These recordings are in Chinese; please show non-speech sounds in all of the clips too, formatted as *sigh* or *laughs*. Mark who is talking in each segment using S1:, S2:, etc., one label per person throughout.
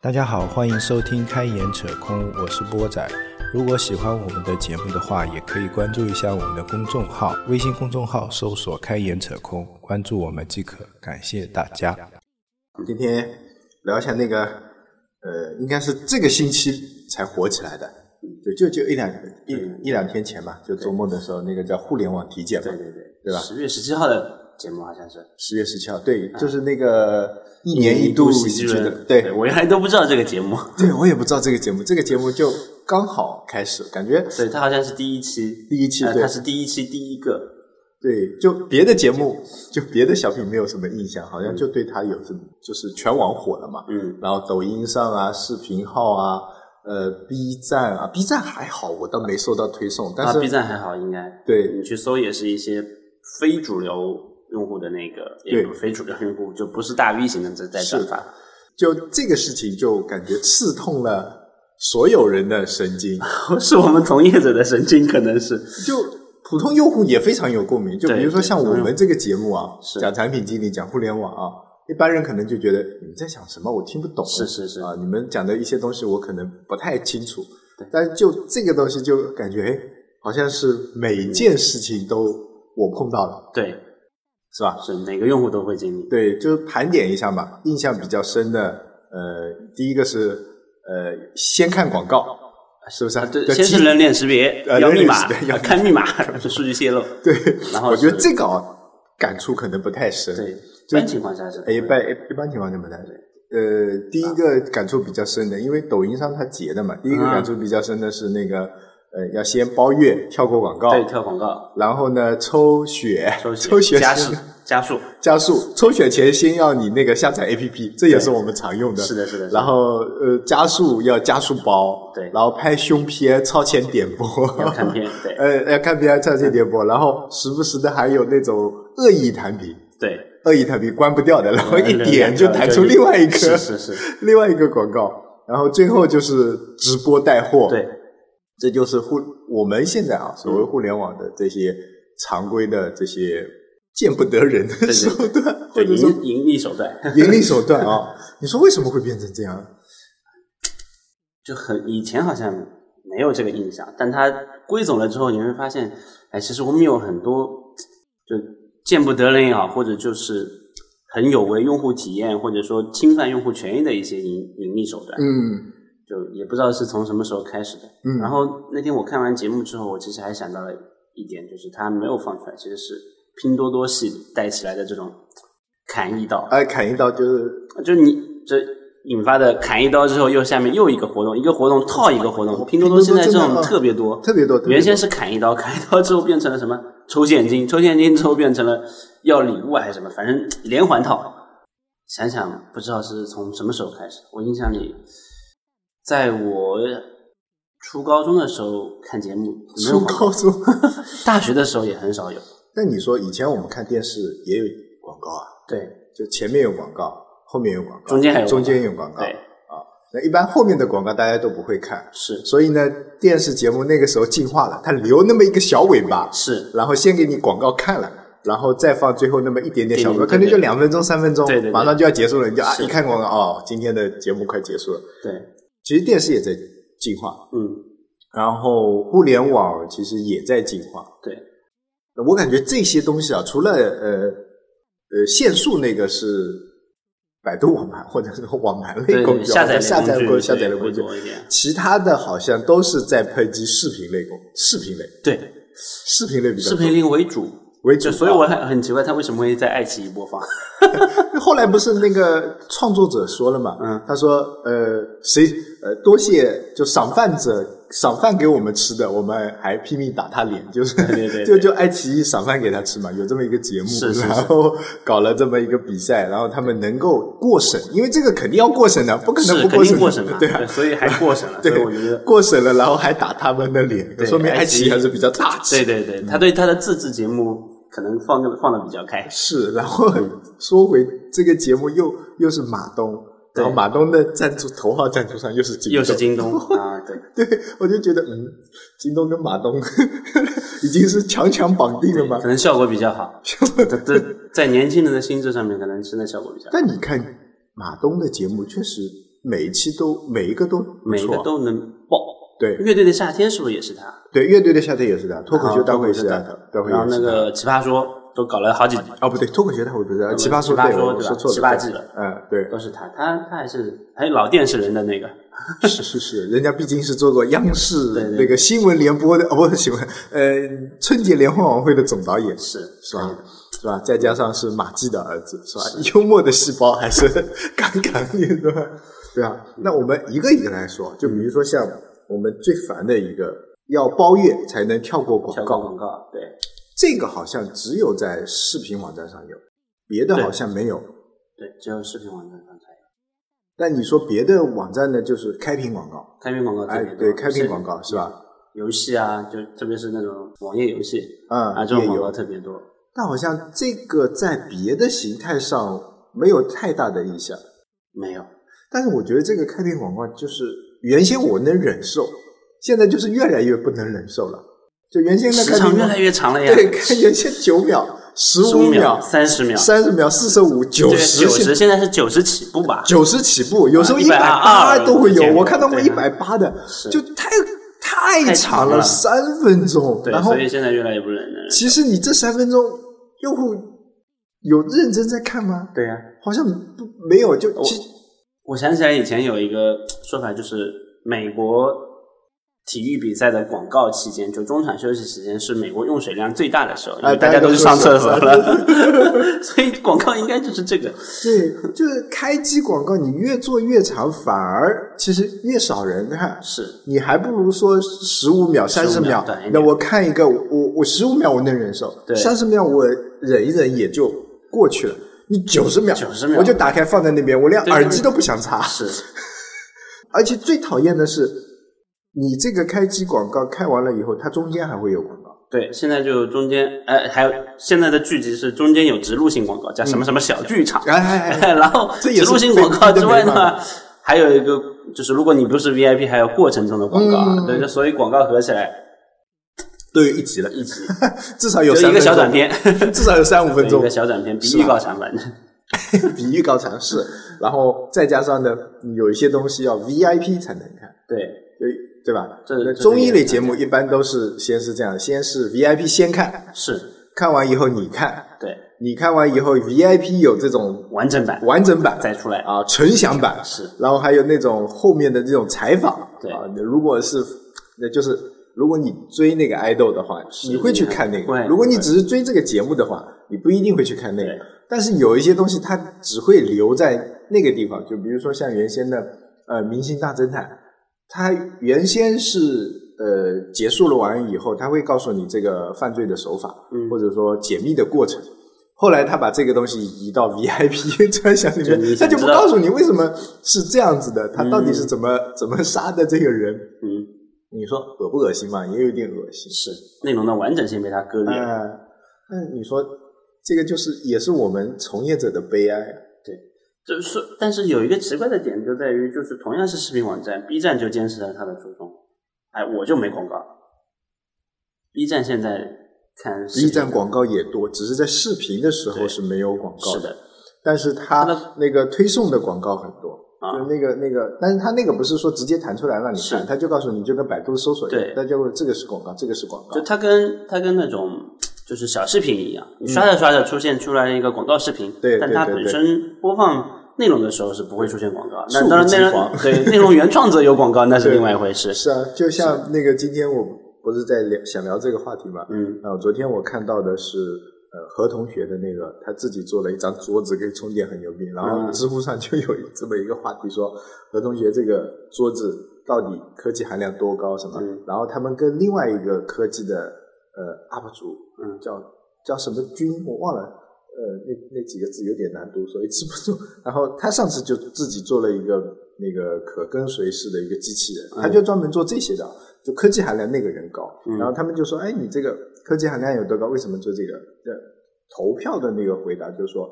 S1: 大家好，欢迎收听《开眼扯空》，我是波仔。如果喜欢我们的节目的话，也可以关注一下我们的公众号，微信公众号搜索“开眼扯空”，关注我们即可。感谢大家。我们今天聊一下那个，呃，应该是这个星期才火起来的，就就就一两一一两天前吧，就周末的时候，那个叫互联网体检嘛
S2: 对，对对，
S1: 对吧
S2: 十月十七号的节目好像是
S1: 十月十七号，对，就是那个一年一度喜剧的，对，
S2: 我原来都不知道这个节
S1: *laughs*
S2: 目，
S1: 对我也不知道这个节目，这个节目就刚好开始，感觉
S2: 对，它好像是第一期，
S1: 第一期
S2: 呃
S1: 对
S2: 它是第一期第一个，
S1: 对，就别的节目，就别的小品没有什么印象，好像就对他有什么，就是全网火了嘛。
S2: 嗯，
S1: 然后抖音上啊、视频号啊、呃 B 站啊，B 站还好，我倒没收到推送，但
S2: 啊
S1: 是、
S2: ，B 站还好，应该
S1: 对
S2: 你去搜也是一些非主流用户的那个，也
S1: 对
S2: 不是非主流用户就不是大 V 型的在在
S1: 是
S2: 转发， *laughs*
S1: 就这个事情就感觉刺痛了所有人的神经，
S2: 是我们从业者的神经，可能是
S1: 就普通用户也非常有共鸣。就比如说
S2: 对
S1: 像我们这个节目啊
S2: 是，
S1: 讲产品经理、讲互联网啊，一般人可能就觉得嗯你们在想什么，我听不懂。
S2: 是是是，
S1: 啊，你们讲的一些东西我可能不太清楚
S2: 对，
S1: 但就这个东西就感觉哎，好像是每一件事情都我碰到了，
S2: 对，
S1: 是吧？
S2: 是每个用户都会经历，
S1: 对，就盘点一下嘛，印象比较深的，呃，第一个是呃，先看广告，是不是啊？
S2: 对，
S1: 就
S2: 先是
S1: 提
S2: 人脸识别，
S1: 呃
S2: 要
S1: 人
S2: 密
S1: 脸
S2: 码
S1: 识别，要
S2: 呃 *laughs* 看密码，数据泄露，
S1: 对，
S2: 然后
S1: 我觉得
S2: 是
S1: 这个啊，感触可能不太深。
S2: 对，一
S1: 就
S2: 般情况下是不
S1: 哎，
S2: 会
S1: 一
S2: 的
S1: 般一般情况下不太
S2: 对。
S1: 呃，第一个感触比较深的，因为抖音上它截的嘛，第一个
S2: 嗯
S1: 感触比较深的是那个，呃，要先包月，跳过广告，
S2: 对跳广告。
S1: 然后呢，抽血，
S2: 抽血、
S1: 抽血
S2: 加
S1: 先
S2: 速、加速，
S1: 加速，抽血前先要你那个下载 APP，这也是我们常用的。
S2: 是的，是的。
S1: 然
S2: 后
S1: 后呃，加速要加速包，
S2: 对
S1: 然后拍胸片超前点播，
S2: 要看片，对
S1: 呃，要看 B I 唱这点播，然后时不时的还有那种恶意弹屏，
S2: 对，
S1: 恶意弹屏关不掉的，然后一点就
S2: 对
S1: 弹出另外一
S2: 是
S1: 个
S2: 是是，
S1: 另外一个广告，然后最后就是直播带货，
S2: 对，
S1: 这就是互我们现在啊所谓互联网的这些常规的这些见不得人的
S2: 对
S1: 手段，
S2: 对
S1: *laughs* 或者说
S2: 盈盈利手段
S1: 盈利手段啊，你说为什么会变成这样？
S2: 就很以前好像没有这个印象，但它归总了之后，你会发现，哎，其实我们有很多就见不得人也好，或者就是很有违用户体验，或者说侵犯用户权益的一些盈盈利手段，
S1: 嗯
S2: 就也不知道是从什么时候开始的。
S1: 嗯，
S2: 然后那天我看完节目之后，我其实还想到了一点，就是它没有放出来，其实是拼多多系带起来的这种砍一刀，
S1: 哎，砍一刀就是
S2: 就你这引发的砍一刀之后，又下面又一个活动，一个活动套一个活动，拼多多现在这
S1: 哦拼多
S2: 种
S1: 多真的哦
S2: 特别多。
S1: 特别多，特别
S2: 原先
S1: 多
S2: 是砍一刀，砍一刀之后变成了什么？抽现金， *laughs* 抽现金之后变成了要礼物还是什么？反正连环套。想想不知道是从什么时候开始，我印象里，在我初高中的时候看节目，没有
S1: 初
S2: 广告
S1: 高 *laughs* 中。
S2: *laughs* 大学的时候也很少有。
S1: 那你说以前我们看电视也有广告啊，
S2: 对
S1: 就前面有广告，后面有广告，
S2: 中间还有广告
S1: 中间有广告。啊
S2: 对，
S1: 那一般后面的广告大家都不会看，
S2: 是
S1: 所以呢，电视节目那个时候进化了，它留那么一个小尾巴，
S2: 是，
S1: 然后先给你广告看了，然后再放最后那么一点点小广
S2: 对
S1: 告，
S2: 对对
S1: 可能就两分钟、三分钟，
S2: 对对对
S1: 马上就要结束了，你就啊
S2: 是
S1: 一看广告，哦，今天的节目快结束了。
S2: 对，
S1: 其实电视也在进化，
S2: 嗯，
S1: 然后互联网其实也在进化，
S2: 对，
S1: 我感觉这些东西啊，除了呃呃限速那个是百度网盘或者是网盘类
S2: 对
S1: 工具啊，
S2: 下载类
S1: 下载
S2: 工具
S1: 下载类
S2: 会
S1: 工具，
S2: 多一点。
S1: 其他的好像都是在抨击视频类工视频类
S2: 对，
S1: 视频类比较
S2: 视
S1: 多
S2: 频类为主，
S1: 为主
S2: 就
S1: 啊，
S2: 所以我很很奇怪，他为什么会在爱奇艺播放？
S1: 后来不是那个创作者说了嘛，
S2: 嗯，
S1: 他说呃谁呃多谢就赏饭者赏饭给我们吃的，我们还拼命打他脸，就是
S2: 对对对
S1: *laughs* 就就爱奇艺赏饭给他吃嘛，有这么一个节目，
S2: 是是是
S1: 然后搞了这么一个比赛，然后他们能够过审，因为这个肯定要过审的，不可能
S2: 是
S1: 不
S2: 肯定过
S1: 审
S2: 审
S1: *laughs* 的，
S2: 了，
S1: 对啊。
S2: 所以还过审了，所
S1: *laughs* 对
S2: 以我觉得，，
S1: 过审了，然后还打他们的脸，
S2: 对
S1: 说明爱
S2: 爱奇
S1: 奇
S2: 艺
S1: 艺还是比嗯较大气。
S2: 对对对，他对他的自制节目可能放的放的比较开，
S1: 是，然后
S2: 嗯
S1: 说回这个节目又又是马东，
S2: 对
S1: 然后马东的赞助头号赞助商又是京东，
S2: 又是京
S1: *laughs*
S2: 东啊，对，
S1: 对，我就觉得嗯，京东跟马东 *laughs* 已经是强强绑定了嘛
S2: 可。能效果比较
S1: *laughs*
S2: 好，对对，在年轻人的心智上面，可能真的效果比较好。
S1: 但你看马东的节目确实每一期都每一个都不
S2: 每
S1: 错，
S2: 个都能爆。
S1: 对
S2: 乐队的夏天是不是也是他？
S1: 对，乐队的夏天也是的，脱口
S2: 然
S1: 秀
S2: 后
S1: 大会也
S2: 脱口
S1: 是
S2: 秀
S1: 的
S2: 大，
S1: 大会
S2: 然后
S1: 也
S2: 那
S1: 是的。
S2: 个奇葩说都搞了好几集，
S1: 哦，不对，脱口秀大会不是，奇葩说，
S2: 奇葩
S1: 对
S2: 说
S1: 我
S2: 对吧
S1: 说错了，
S2: 七八季了
S1: 嗯，对，
S2: 都是他，他他还是还有老电视人的那个，
S1: 嗯 *laughs* 是是是，人家毕竟是做过央视
S2: 对对
S1: 那个新闻联播的，哦，不是新闻，呃，春节联欢晚会的总导演
S2: 是
S1: 是吧？是吧？再加上是马季的儿子，是吧？幽默的细胞还是 *laughs* 杠杠的，是吧？对啊。
S2: 嗯
S1: 那我们一个一个来说，就比如说像我们最烦的一个，要包月才能跳过广
S2: 跳
S1: 告
S2: 过，广告，对
S1: 这个好像只有在视频网站上有，别的
S2: 对
S1: 好像没有。
S2: 对，只有视频网站上才有，
S1: 但你说别的网站呢，就是开屏广告，
S2: 开屏广告
S1: 哎
S2: 特别，多
S1: 对，开屏广告是？
S2: 是
S1: 吧？
S2: 游戏啊，就特别是那种网页游戏
S1: 嗯，
S2: 啊，这种
S1: 也
S2: 广
S1: 有
S2: 告。特别多。
S1: 但好像这个在别的形态上没有太大的影响。
S2: 没有，
S1: 但是我觉得这个开屏广告就是原先我能忍受，现在就是越来越不能忍受了。就原先的
S2: 时
S1: 开
S2: 长
S1: 屏
S2: 越
S1: 广
S2: 来越长了呀，
S1: 对，看原先九秒、十
S2: 十
S1: 五
S2: 秒、三十秒、
S1: 三十秒、四十五、九
S2: 九十，
S1: 十、
S2: 现在是九十起步吧？
S1: 九十起步，有时候
S2: 啊
S1: 一百八
S2: 120
S1: 都会有
S2: 见。过
S1: 我看到过一
S2: 对啊
S1: 百八的，
S2: 是
S1: 就太太
S2: 太
S1: 长
S2: 长
S1: 了，
S2: 了
S1: 三分钟。
S2: 对
S1: 然，后
S2: 所以现在越来越不忍了。
S1: 其实你这三分钟，用户有认真在看吗？
S2: 对呀、
S1: 好像不没有，就
S2: 我
S1: 其实
S2: 我想起来以前有一个说法，就是美国体育比赛的广告期间，就中场休息时间是美国用水量最大的时候，因
S1: 啊
S2: 为
S1: 大
S2: 大
S1: 家
S2: 家
S1: 都
S2: 都去
S1: 说
S2: 上
S1: 是
S2: 厕所了，所以广告应该就是这个。
S1: 对，
S2: *laughs*
S1: 就是开机广告，你越做越长，反而其实越少人看。
S2: *laughs* 是，
S1: 你还不如说十五秒、三十
S2: 15秒
S1: 秒
S2: 短一，点
S1: 那我看一个，我我十五秒我能忍受，
S2: 对
S1: 三十秒我忍一忍也就过去了。你九十秒，
S2: 90秒
S1: 我就打开放在那边，我连
S2: 对对
S1: 耳机都不想插。
S2: 是，
S1: 而且最讨厌的是，你这个开机广告开完了以后，它中间还会有广告。
S2: 对，现在就中间，呃，还有现在的剧集是中间有植入性广告，叫什么什么小剧场，
S1: 哎哎
S2: *laughs*
S1: 哎，
S2: 然后
S1: 嗯这也是
S2: 植入性广告之外
S1: 被逼得没办
S2: 呢，还有一个就是如果你不是 VIP，还有过程中的广告啊，
S1: 嗯
S2: 对，就所以广告合起来
S1: *laughs* 都有一集了，
S2: 一集
S1: 至少有
S2: 就
S1: 三
S2: 一个小
S1: 分
S2: 短
S1: 钟，
S2: 片，
S1: 至少有三五分
S2: 一
S1: 钟
S2: 个。小短片，比
S1: 是吧
S2: 预告长，反正
S1: 比预告尝试，然后再加上呢，有一些东西要 VIP 才能看，
S2: 对，
S1: 对对吧？
S2: 这
S1: 那
S2: 这
S1: 综
S2: 这
S1: 艺
S2: 个
S1: 类
S2: 也
S1: 节目一般都是先是这样，先是 VIP 先看，
S2: 是，
S1: 看完以后你看，
S2: 对，
S1: 你看完以后 VIP 有这种
S2: 完整版
S1: 完整版
S2: 再出来，
S1: 啊、纯享版，
S2: 是
S1: 然后还有那种后面的这种采访，
S2: 对
S1: 啊，如果是那就是如果你追那个爱豆的话，你会去看那个；
S2: 会
S1: 如果你
S2: 会
S1: 只是追这个节目的话，你不一定会去看那个
S2: 对。
S1: 但是有一些东西它只会留在那个地方，就比如说像原先的呃《明星大侦探》，它原先是呃结束了完以后，它会告诉你这个犯罪的手法，
S2: 嗯
S1: 或者说解密的过程。后来他把这个东西移到
S2: *laughs*
S1: VIP 专享里
S2: 就你
S1: 面，他
S2: 想
S1: 就不
S2: 知道
S1: 告诉 *laughs* 你为什么是这样子的，他到底是怎么、 *laughs* 怎么杀的这个人。
S2: 嗯，
S1: 嗯你说恶不恶心嘛？也有点恶心。
S2: 是内容的完整性被它割裂，
S1: 嗯，那你说这个就是也是我们从业者的悲哀啊。
S2: 就是，但是有一个奇怪的点就在于，就是同样是视频网站，B 站就坚持了它的初衷，哎，我就没广告，B 站现在看视
S1: B
S2: 频
S1: 站广告也多，只是在视频的时候
S2: 对
S1: 是没有广告
S2: 是的，
S1: 但是它
S2: 它的
S1: 那个推送的广告很多，
S2: 啊
S1: 就那个那个，但是它那个不是说直接弹出来让你看，
S2: 是
S1: 它就告诉你就跟百度搜索一样
S2: 对，
S1: 它就这个是广告，这个是广告
S2: 就，它跟它跟那种就是小视频一样，你刷着刷着出现出来一个广告视频，
S1: 嗯对
S2: 但
S1: 对
S2: 它
S1: 对
S2: 本
S1: 对
S2: 身播放内容的时候是不会出现广告。
S1: 猝
S2: 那
S1: 不
S2: 当然，
S1: 及
S2: 内容
S1: 防
S2: 对内容原创者有广告那是
S1: 对
S2: 另外一回事。
S1: 是啊，就像那个今天我不是在聊想聊这个话题嘛，
S2: 嗯，
S1: 啊，昨天我看到的是呃何同学的那个，他自己做了一张桌子，跟充电很牛逼。然后
S2: 嗯
S1: 知乎上就有这么一个话题说，何同学这个桌子到底科技含量多高什么？
S2: 嗯
S1: 然后他们跟另外一个科技的呃 UP 主，
S2: 嗯
S1: 叫叫什么君，我忘了。呃，那那几个字有点难读，所以记不住。 *laughs* 然后他上次就自己做了一个那个可跟随式的一个机器人，他就专门做这些的，就科技含量那个人高。
S2: 嗯
S1: 然后他们就说：“哎，你这个科技含量有多高？为什么做这个？”那投票的那个回答就是说：“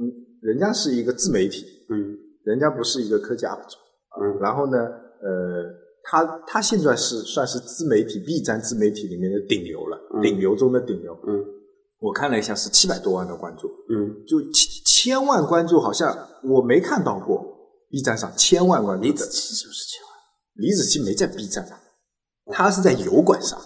S1: 嗯，人家是一个自媒体，
S2: 嗯
S1: 人家不是一个科技 UP 主。
S2: 嗯
S1: 然后呢，呃，他他现在是算是自媒体 B 站自媒体里面的顶流了，
S2: 嗯
S1: 顶流中的顶流。
S2: 嗯
S1: 我看了一下，是七百多万的关注，
S2: 嗯，
S1: 就千千万关注，好像我没看到过。 B 站上千万关注
S2: 李
S1: 的
S2: 子。柒是不是千万？
S1: 李子柒没在 B 站上，他是在油管上，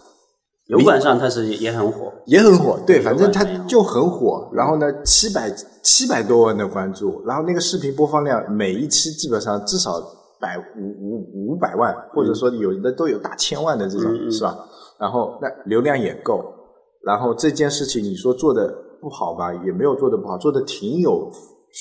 S2: 油管上他是也很火，
S1: 也很火。对，反正他
S2: 油管上也很
S1: 就很火。然后呢，七百七百多万的关注，然后那个视频播放量每一期基本上至少百五五五百万，或者说有的都有大千万的这种，
S2: 嗯嗯
S1: 是吧？然后那流量也够，然后这件事情你说做的不好吧，也没有做的不好，做的挺有。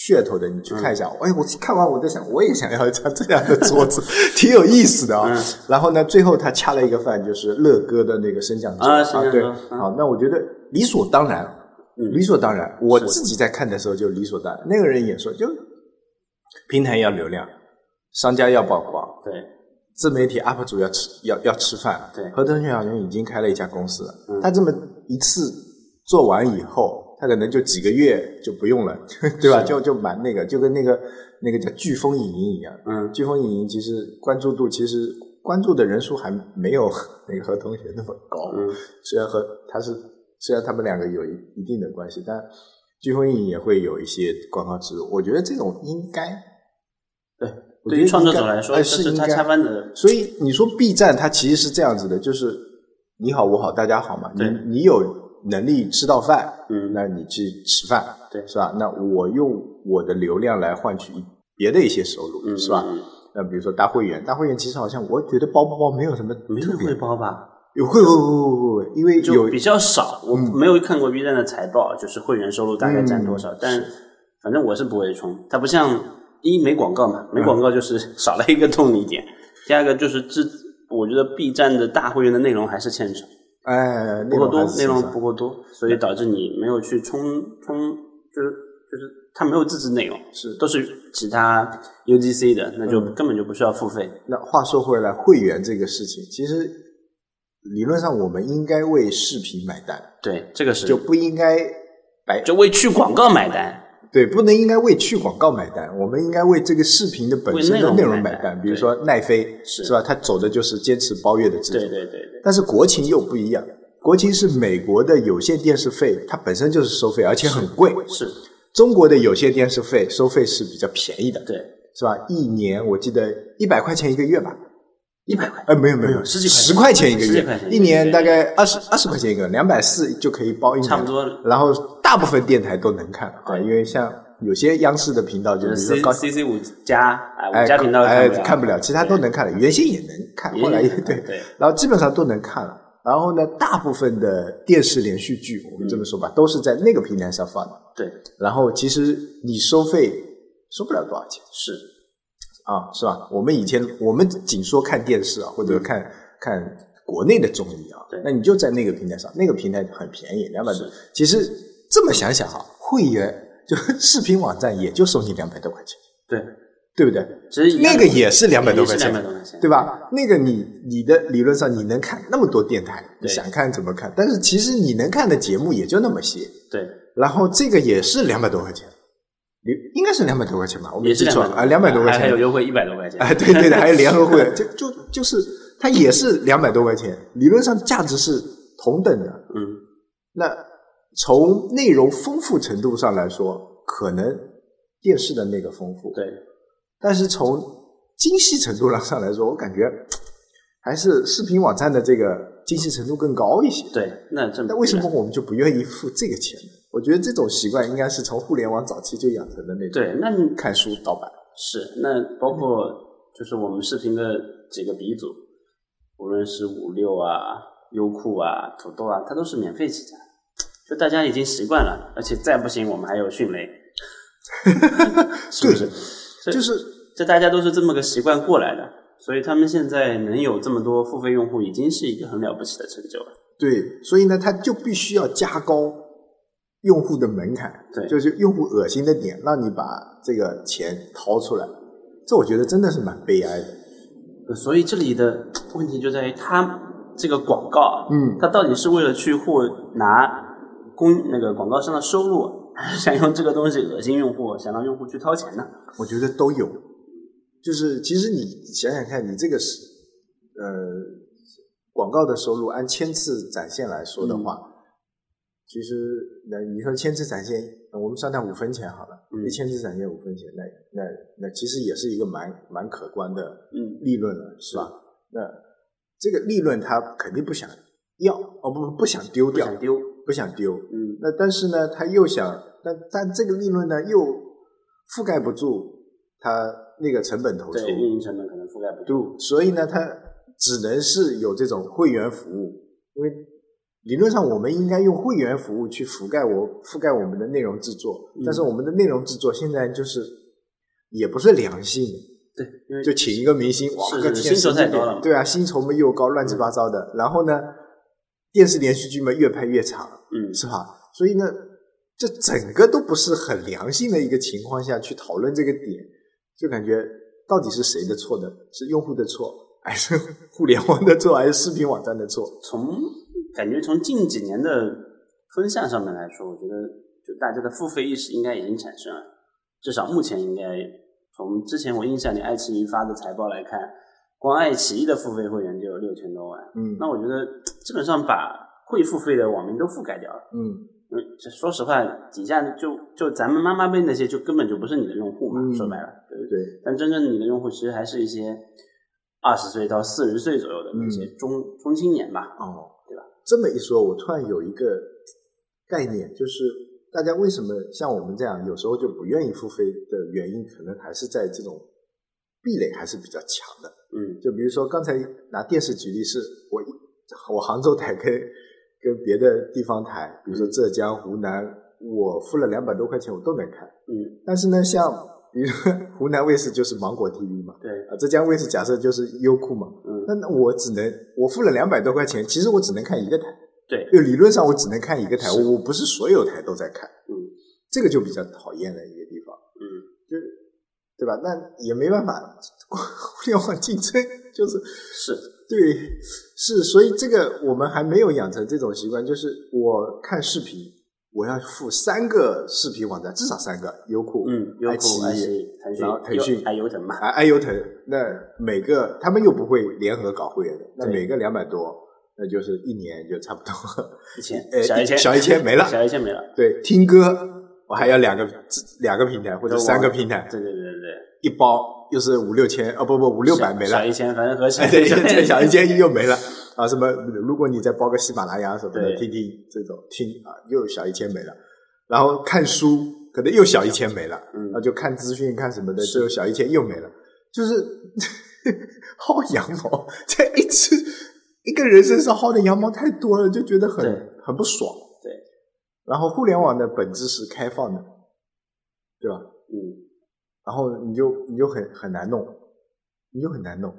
S1: 噱头的，你去看一下。哎，我看完我在想，我也想要一张这样的桌子， *laughs* 挺有意思的啊、
S2: 嗯
S1: 然后呢，最后他掐了一个饭，就是乐哥的那个升降桌
S2: 啊升降
S1: 对，
S2: 桌嗯
S1: 好，那我觉得理所当然，
S2: 嗯
S1: 理所当然。我
S2: 是
S1: 自己在看的时候就理所当然，那个人也说，就平台要流量，商家要曝光，
S2: 对，
S1: 自媒体 UP 主要吃要要吃饭。
S2: 对
S1: 何腾轩好像已经开了一家公司了，
S2: 嗯
S1: 他这么一次做完以后。他可能就几个月就不用了， *laughs* 对吧？
S2: 是
S1: 就就蛮那个，就跟那个那个叫飓风影音一样，
S2: 嗯，
S1: 飓风影音其实关注度其实关注的人数还没有 *laughs* 那个何同学那么高，
S2: 嗯
S1: 虽然和他是虽然他们两个有一一定的关系，但飓风影音也会有一些广告植入，我觉得这种应该哎
S2: 对，
S1: 我
S2: 对
S1: 觉
S2: 于
S1: 得
S2: 创作
S1: 应
S2: 者
S1: 该
S2: 来说，
S1: 哎
S2: 这
S1: 是
S2: 是
S1: 应
S2: 他
S1: 该
S2: 下班的，
S1: 所以你说 B 站它其实是这样子的，就是你好我好大家好嘛，你
S2: 对
S1: 你有能力吃到饭，
S2: 嗯
S1: 那你去吃饭，
S2: 对
S1: 是吧？那我用我的流量来换取别的一些收入，
S2: 嗯，
S1: 是吧？
S2: 嗯？嗯
S1: 那比如说大会员，大会员其实好像我觉得包不包没有什么
S2: 没
S1: 特
S2: 人
S1: 别
S2: 汇，报吧？
S1: 有会会会会会，因为有
S2: 就比较少，我
S1: 嗯
S2: 没有看过 B 站的财报，就是会员收入大概占多少，
S1: 嗯
S2: 但反正我是不会冲，它不像一没广告
S1: 嗯
S2: 嘛，没广告就是 *laughs* 少了一个动力点，第二个就是这，我觉得 B 站的大会员的内容还是欠少。
S1: 哎
S2: 不够多，内
S1: 内容
S2: 容
S1: 还是少
S2: 不够多，所以导致你没有去冲冲，就是就是它没有自制内容，
S1: 是。嗯
S2: 都是其他 UGC 的，那就根本就不需要付费。
S1: 那话说回来，会员这个事情，其实理论上我们应该为视频买单，
S2: 对，这个是
S1: 就不应该白
S2: 就为去广告买单，
S1: 对，不能应该为去广告买单，我们应该为这个视频的本身的
S2: 为
S1: 内
S2: 内容
S1: 容
S2: 买
S1: 买
S2: 单
S1: 单。
S2: 对
S1: 比如说奈飞
S2: 是
S1: 吧？他走的就是坚持包月的制
S2: 对
S1: 度，
S2: 对对对，
S1: 但是国情又不一样。国情是美国的有线电视费，它本身就是收费，而且很贵。
S2: 是，
S1: 中国的有线电视费收费是比较便宜的，
S2: 对，
S1: 是吧？一年我记得一百块钱一个月吧，
S2: 一百块，
S1: 哎，没有没
S2: 没
S1: 有没
S2: 有
S1: 有，
S2: 十几
S1: 十
S2: 块
S1: 块
S2: 钱
S1: 钱一个
S2: 十几
S1: 月
S2: 块钱，一个
S1: 一
S2: 月
S1: 年大概二十二十块钱一个，两百四就可以包一年，
S2: 差不多了
S1: 然后大部分电台都能看啊，
S2: 对
S1: 因为像有些央视的频道，就
S2: 就是是
S1: 比如
S2: C
S1: 说高。
S2: C C 五加哎
S1: 哎，
S2: 五加频道
S1: 哎
S2: 看不了，
S1: 看不了，其他都能看了，原先也能看，
S2: 也
S1: 后来也
S2: 能看
S1: 对
S2: 对，
S1: 然后基本上都能看了。然后呢，大部分的电视连续剧，我们这么说吧，都是在那个平台上放的。
S2: 对，
S1: 然后其实你收费收不了多少钱，
S2: 是
S1: 啊，是吧？我们以前我们仅说看电视啊，或者看、看国内的综艺啊
S2: 嗯对，
S1: 那你就在那个平台上，那个平台很便宜，两百多
S2: 是。
S1: 其实这么想想啊，会员就视频网站也就收你两百多块钱，
S2: 对，
S1: 对不对？
S2: 其实
S1: 那个也是两百多块
S2: 两百
S1: 钱，
S2: 多块钱，
S1: 对吧？那个你你的理论上你能看那么多电台，你
S2: 对
S1: 想看怎么看，但是其实你能看的节目也就那么些，
S2: 对，
S1: 然后这个也是两百多块钱，你应该是两百多块钱吧？我没
S2: 也是
S1: 记错
S2: 两
S1: 啊，两百多块钱，
S2: 还有优惠一百多块钱，
S1: 哎，对对的，还有联合会，就就就是它也是两百多块钱，理论上价值是同等的。
S2: 嗯，
S1: 那从内容丰富程度上来说，可能电视的那个丰富，
S2: 对，
S1: 但是从精细程度上来说，我感觉还是视频网站的这个精细程度更高一些。
S2: 对，那这
S1: 那为什么我们就不愿意付这个钱呢？我觉得这种习惯应该是从互联网早期就养成的那种。
S2: 对？那你
S1: 看书盗版，
S2: 是，那包括就是我们视频的几个鼻祖，无论是五六啊、优酷啊、土豆啊，它都是免费起家，就大家已经习惯了。而且再不行，我们还有迅
S1: *laughs*
S2: 雷，是不是？这
S1: 就是
S2: 这大家都是这么个习惯过来的，所以他们现在能有这么多付费用户，已经是一个很了不起的成就了。
S1: 对，所以呢，它就必须要加高用户的门槛，
S2: 对
S1: 就是用户恶心的点，让你把这个钱掏出来。这我觉得真的是蛮悲哀的。
S2: 呃所以这里的问题就在于它这个广告，啊
S1: 嗯
S2: 它到底是为了去获拿公那个广告商的收入，还是想用这个东西恶心用户，想让用户去掏钱呢？
S1: 我觉得都有，就是其实你想想看，你这个是呃广告的收入按千次展现来说的话，其实那你说千次展现那我们算它五分钱好了，
S2: 嗯
S1: 一千只产业五分钱，那那那其实也是一个蛮蛮可观的
S2: 嗯
S1: 利润了，是吧？那这个利润他肯定不想要，哦不不想丢
S2: 不
S1: 掉，
S2: 想丢，
S1: 不想丢。
S2: 嗯
S1: 那但是呢，他又想，但但这个利润呢又覆盖不住他那个成本投出，
S2: 对，运营成本可能覆盖不住，
S1: 所以呢，它只能是有这种会员服务，因为理论上我们应该用会员服务去覆盖我覆盖我们的内容制作，
S2: 嗯
S1: 但是我们的内容制作现在就是也不是良性，
S2: 对，因为
S1: 就请一个明星，哇，
S2: 是
S1: 个
S2: 是
S1: 天
S2: 薪酬
S1: 神
S2: 太
S1: 经病
S2: 高了嗯嘛
S1: 对啊，薪酬嘛又高，乱七八糟的，然后呢，电视连续剧嘛越拍越长，
S2: 嗯
S1: 是吧？所以呢，这整个都不是很良性的一个情况下去讨论这个点，就感觉到底是谁的错呢？是用户的错，还是互联网的错，还是视频网站的错？
S2: 从感觉从近几年的风向上面来说，我觉得就大家的付费意识应该已经产生了，至少目前应该从之前我印象里爱奇艺发的财报来看，光爱奇艺的付费会员就有六千多万，
S1: 嗯
S2: 那我觉得基本上把会付费的网民都覆盖掉了。
S1: 嗯
S2: 因为呃这说实话，底下就就咱们妈妈辈那些，就根本就不是你的用户嘛，
S1: 嗯
S2: 说白了，对不对？
S1: 对，
S2: 但真正你的用户其实还是一些二十岁到四十岁左右的那些
S1: 嗯
S2: 中、中青年吧。
S1: 哦，
S2: 对吧？
S1: 这么一说，我突然有一个概念，就是大家为什么像我们这样有时候就不愿意付费的原因，可能还是在这种壁垒还是比较强的。
S2: 嗯
S1: 就比如说刚才拿电视举例是，我一我杭州台跟跟别的地方台，比如说浙江、湖南，我付了两百多块钱我都能看。
S2: 嗯，
S1: 但是呢，像比如说 *laughs* 湖南卫视就是芒果 TV 嘛，
S2: 对，
S1: 啊，浙江卫视假设就是优酷嘛，
S2: 嗯
S1: 那那我只能我付了两百多块钱，其实我只能看一个台，
S2: 对，
S1: 就理论上我只能看一个台，
S2: 是
S1: 我不是所有台都在看，
S2: 嗯
S1: 这个就比较讨厌的一个地方。
S2: 嗯，
S1: 就对吧？那也没办法，互联网竞争就是
S2: 是
S1: 对是，所以这个我们还没有养成这种习惯，就是我看视频，我要付三个视频网站，至少三个，优酷、
S2: 嗯，优酷、爱
S1: 爱
S2: 奇
S1: 奇
S2: 艺、腾讯、
S1: 然后腾讯
S2: 优还优腾嘛，
S1: 啊爱优腾，那每个他们又不会联合搞会员的，那
S2: 对
S1: 每个两百多，那就是一年就差不多。 *laughs*
S2: 一千
S1: 呃
S2: 小一千，
S1: 小一千没了
S2: 小一千没了。
S1: 对，听歌我还要两个两个平台或者三个平台，
S2: 对对对对对，
S1: 一包又是五六千，哦不不五六百没了
S2: 小。一千，反正合起来 *laughs*
S1: 哎， *laughs* 对，这小一间又没了啊！什么？如果你再包个喜马拉雅什么的，
S2: 对
S1: 听听这种听啊，又小一千没了。然后看书可能又小一千没了，啊
S2: 嗯
S1: 那就看资讯看什么的，
S2: 是
S1: 最后小一千又没了，就是 *laughs* 薅羊毛，这一次一个人身上薅的羊毛太多了，就觉得很
S2: 对
S1: 很不爽。
S2: 对，
S1: 然后互联网的本质是开放的，对吧？
S2: 嗯，
S1: 然后你就你就很很难弄，你就很难弄。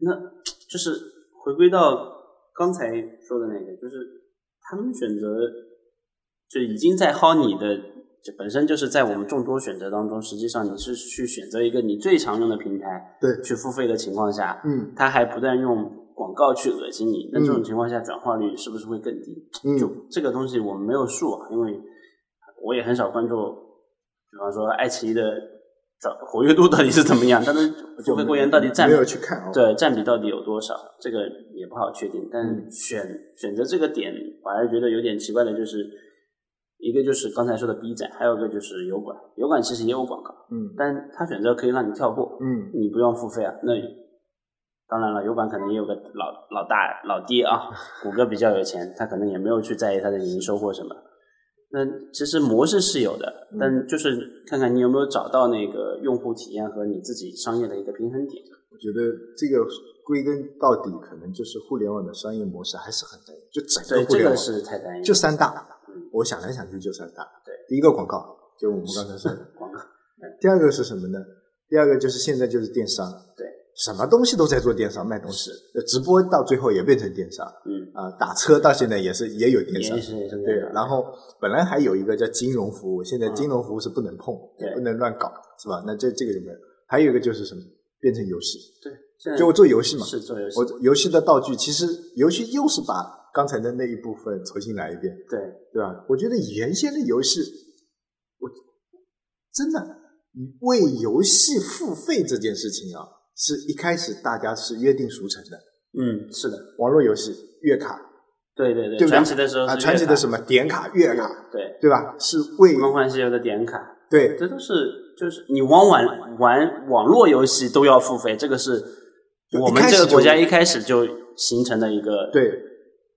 S2: 那就是回归到刚才说的那个，就是他们选择就已经在薅你的，这本身就是在我们众多选择当中，实际上你是去选择一个你最常用的平台
S1: 对，
S2: 去付费的情况下，
S1: 嗯
S2: 他还不断用广告去恶心你，那这种
S1: 嗯
S2: 情况下转化率是不是会更低？
S1: 嗯，
S2: 就这个东西我们没有数啊，因为我也很少关注，比方说爱奇艺的转活跃度到底是怎么样，但是付费会员到底占
S1: 没有去看啊、哦？，
S2: 对占比到底有多少，这个也不好确定。但是选、选择这个点，我还是觉得有点奇怪的，就是一个就是刚才说的 B 站，还有一个就是油管，油管其实也有广告，
S1: 嗯
S2: 但它选择可以让你跳过，
S1: 嗯
S2: 你不用付费啊。那当然了，油管可能也有个老老大老爹啊，谷歌比较有钱，他可能也没有去在意他的营收或什么。那其实模式是有的，但就是看看你有没有找到那个用户体验和你自己商业的一个平衡点。
S1: 我觉得这个归根到底，可能就是互联网的商业模式还是很单一，就整
S2: 对，
S1: 个互
S2: 这
S1: 联网
S2: 个是太单一了，
S1: 就三大
S2: 嗯。
S1: 我想来想去就三大，
S2: 对，
S1: 第一个广告，就我们刚才说的；
S2: *laughs* 广告。嗯
S1: 第二个是什么呢？第二个就是现在就是电商，
S2: 对，
S1: 什么东西都在做电商卖东西，直播到最后也变成电商
S2: 嗯，
S1: 啊、打车到现在也是也有
S2: 也
S1: 电商，
S2: 是也是
S1: 对啊
S2: 这样，
S1: 然后本来还有一个叫金融服务，现在
S2: 嗯
S1: 金融服务是不能碰，
S2: 对
S1: 也不能乱搞，是吧？那这这个就没有。还有一个就是什么，变成游戏，
S2: 对，现在
S1: 就我做游戏嘛，
S2: 嗯是做游戏，
S1: 我游戏的道具其实游戏又是把刚才的那一部分重新来一遍，
S2: 对，
S1: 对吧？我觉得原先的游戏，我真的为游戏付费这件事情啊，是一开始大家是约定俗成的，
S2: 嗯，是的，
S1: 网络游戏月卡
S2: 对对
S1: 对不对
S2: 传奇的时候
S1: 啊，
S2: 是
S1: 传奇
S2: 嗯月卡
S1: 的
S2: 嗯
S1: 什么点卡、月卡，
S2: 对，
S1: 对吧？是为
S2: 梦幻西游的点卡，
S1: 对
S2: 这都是就是你玩网玩网络游戏都要付费，这个是
S1: 就
S2: 我
S1: 一
S2: 们
S1: 开
S2: 这
S1: 始
S2: 个国
S1: 就
S2: 家一开始就形成的一个
S1: 对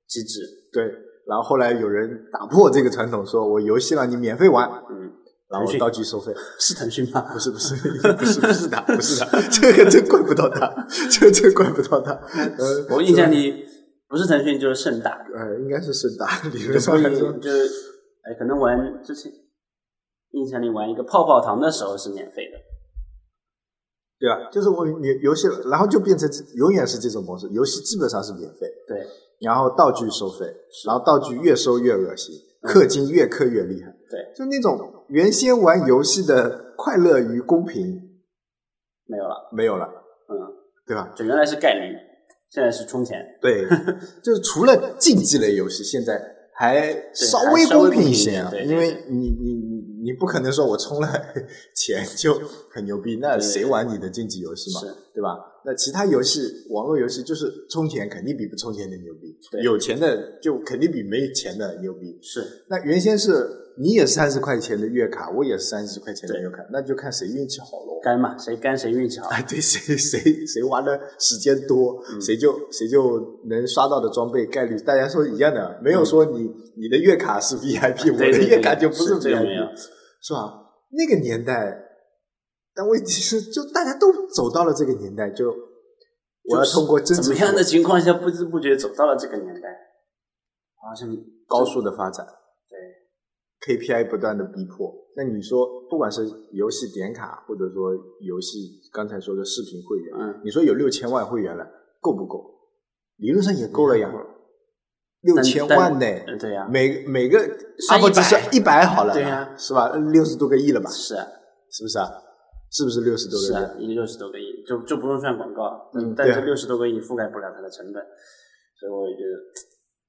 S2: 机制。
S1: 对。然后后来有人打破这个传统，说我游戏让你免费玩，
S2: 嗯，
S1: 然后
S2: 腾讯
S1: 道具收费。
S2: 是腾讯吗？
S1: 不是不是不是不是他不是他，这个真怪不到他，这个真怪不到他。呃，
S2: 我印象里不是腾讯就是盛大，
S1: 呃，应该是盛大，理
S2: 就
S1: 论上来说
S2: 是，就是哎，可能玩之前印象里玩一个泡泡糖的时候是免费的，
S1: 对吧？就是我你游戏，然后就变成永远是这种模式，游戏基本上是免费，
S2: 对，
S1: 然后道具收费，然后道具越收越恶心，氪金越氪越厉害。
S2: 嗯对，
S1: 就那种原先玩游戏的快乐与公平
S2: 没有了，
S1: 没有了，
S2: 嗯，
S1: 对吧？
S2: 就原来是概率，现在是充钱，
S1: 对，就是除了竞技类游戏，现在还稍
S2: 还稍
S1: 微
S2: 微
S1: 公
S2: 公平
S1: 一
S2: 一
S1: 些
S2: 点
S1: 啊，
S2: 对
S1: 因为你你你你不可能说我充了 *laughs* 钱就很牛逼，那
S2: 对
S1: 谁玩你的竞技游戏嘛
S2: 是，
S1: 对吧？那其他游戏，网络游戏就是充钱肯定比不充钱的牛逼，
S2: 对
S1: 有钱的就肯定比没钱的牛逼。
S2: 是
S1: 那原先是你也是三十块钱的月卡，我也是三十块钱的
S2: 对
S1: 月卡，那就看谁运气好喽。
S2: 干嘛谁干谁运气
S1: *laughs*
S2: 好，
S1: 啊，对，谁谁谁玩的时间多，
S2: 嗯
S1: 谁就谁就能刷到的装备概率，大家说一样的，没有说你、你的月卡是 VIP，我
S2: 嗯
S1: 的
S2: 啊对对对
S1: 月卡就不
S2: 是这个
S1: VIP，
S2: 没有
S1: 是吧？那个年代，但问题是，就大家都走到了这个年代，就我要通过增
S2: 怎
S1: 值
S2: 么样的情况下不知不觉走到了这个年代，好像
S1: 高速的发展
S2: 对
S1: ，KPI 不断的逼迫。那你说，不管是游戏点卡，或者说游戏刚才说的视频会员，
S2: 嗯
S1: 你说有六千万会员了，够不够？理论上也够了呀
S2: 嗯，
S1: 六千万呢，
S2: 呃对呀、
S1: 每每个啊
S2: 算
S1: UP 值
S2: 100
S1: 算一百好了，
S2: 对呀
S1: 是吧？六十多个亿了吧？
S2: 是啊
S1: 是不是啊？是不是六十多
S2: 是
S1: 个亿？
S2: 啊，一六十多个亿，就就不用算广告，
S1: 嗯
S2: 但
S1: 对
S2: 这
S1: 啊
S2: 六十多个亿覆盖不了它的成本，所以我也觉得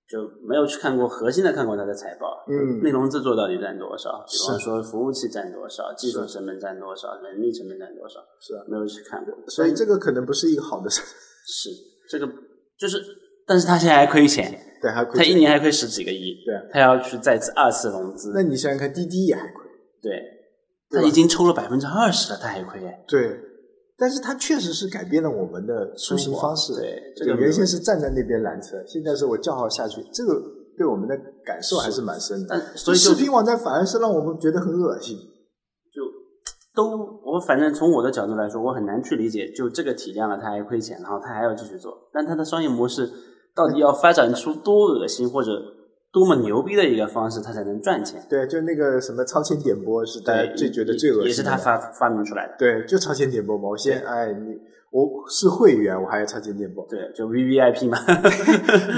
S2: 就没有去看过核心的看过它的财报，
S1: 嗯
S2: 内容制作到底占多少，比
S1: 是
S2: 方说服务器占多少，技术
S1: 是
S2: 成本占多少，人力成本占多少，
S1: 是啊，
S2: 没有去看过，
S1: 所以这个可能不是一个好的事，
S2: 是这个就是，但是他现在还亏钱，
S1: 对，还亏
S2: 他
S1: 钱。
S2: 一年还亏十几个亿，
S1: 对啊
S2: 他要去再次二次融资，
S1: 那你想想看，滴滴也还亏，
S2: 对。
S1: 对
S2: 他
S1: 吧
S2: 已经抽了百分之二十了，他还亏哎，
S1: 对，但是它确实是改变了我们的出行方
S2: 生
S1: 式。
S2: 活对
S1: 就
S2: 这个
S1: 原先是站在那边拦车，现在是我叫号下去，这个对我们的感受还是蛮深的。
S2: 但所以就
S1: 视频网站反而是让我们觉得很恶心。
S2: 就都我反正从我的角度来说，我很难去理解，就这个体量了，他还亏钱，然后他还要继续做，但他的商业模式到底要发展出多恶心或者多么牛逼的一个方式，他才能赚钱？
S1: 对，就那个什么超前点播是大家
S2: 对，
S1: 最觉得
S2: 也
S1: 最恶心的，
S2: 也是他发发明出来的。
S1: 对，就超前点播嘛。我先哎，你我是会员，我还要超前点播。
S2: 对，就 V V I P 嘛， *laughs*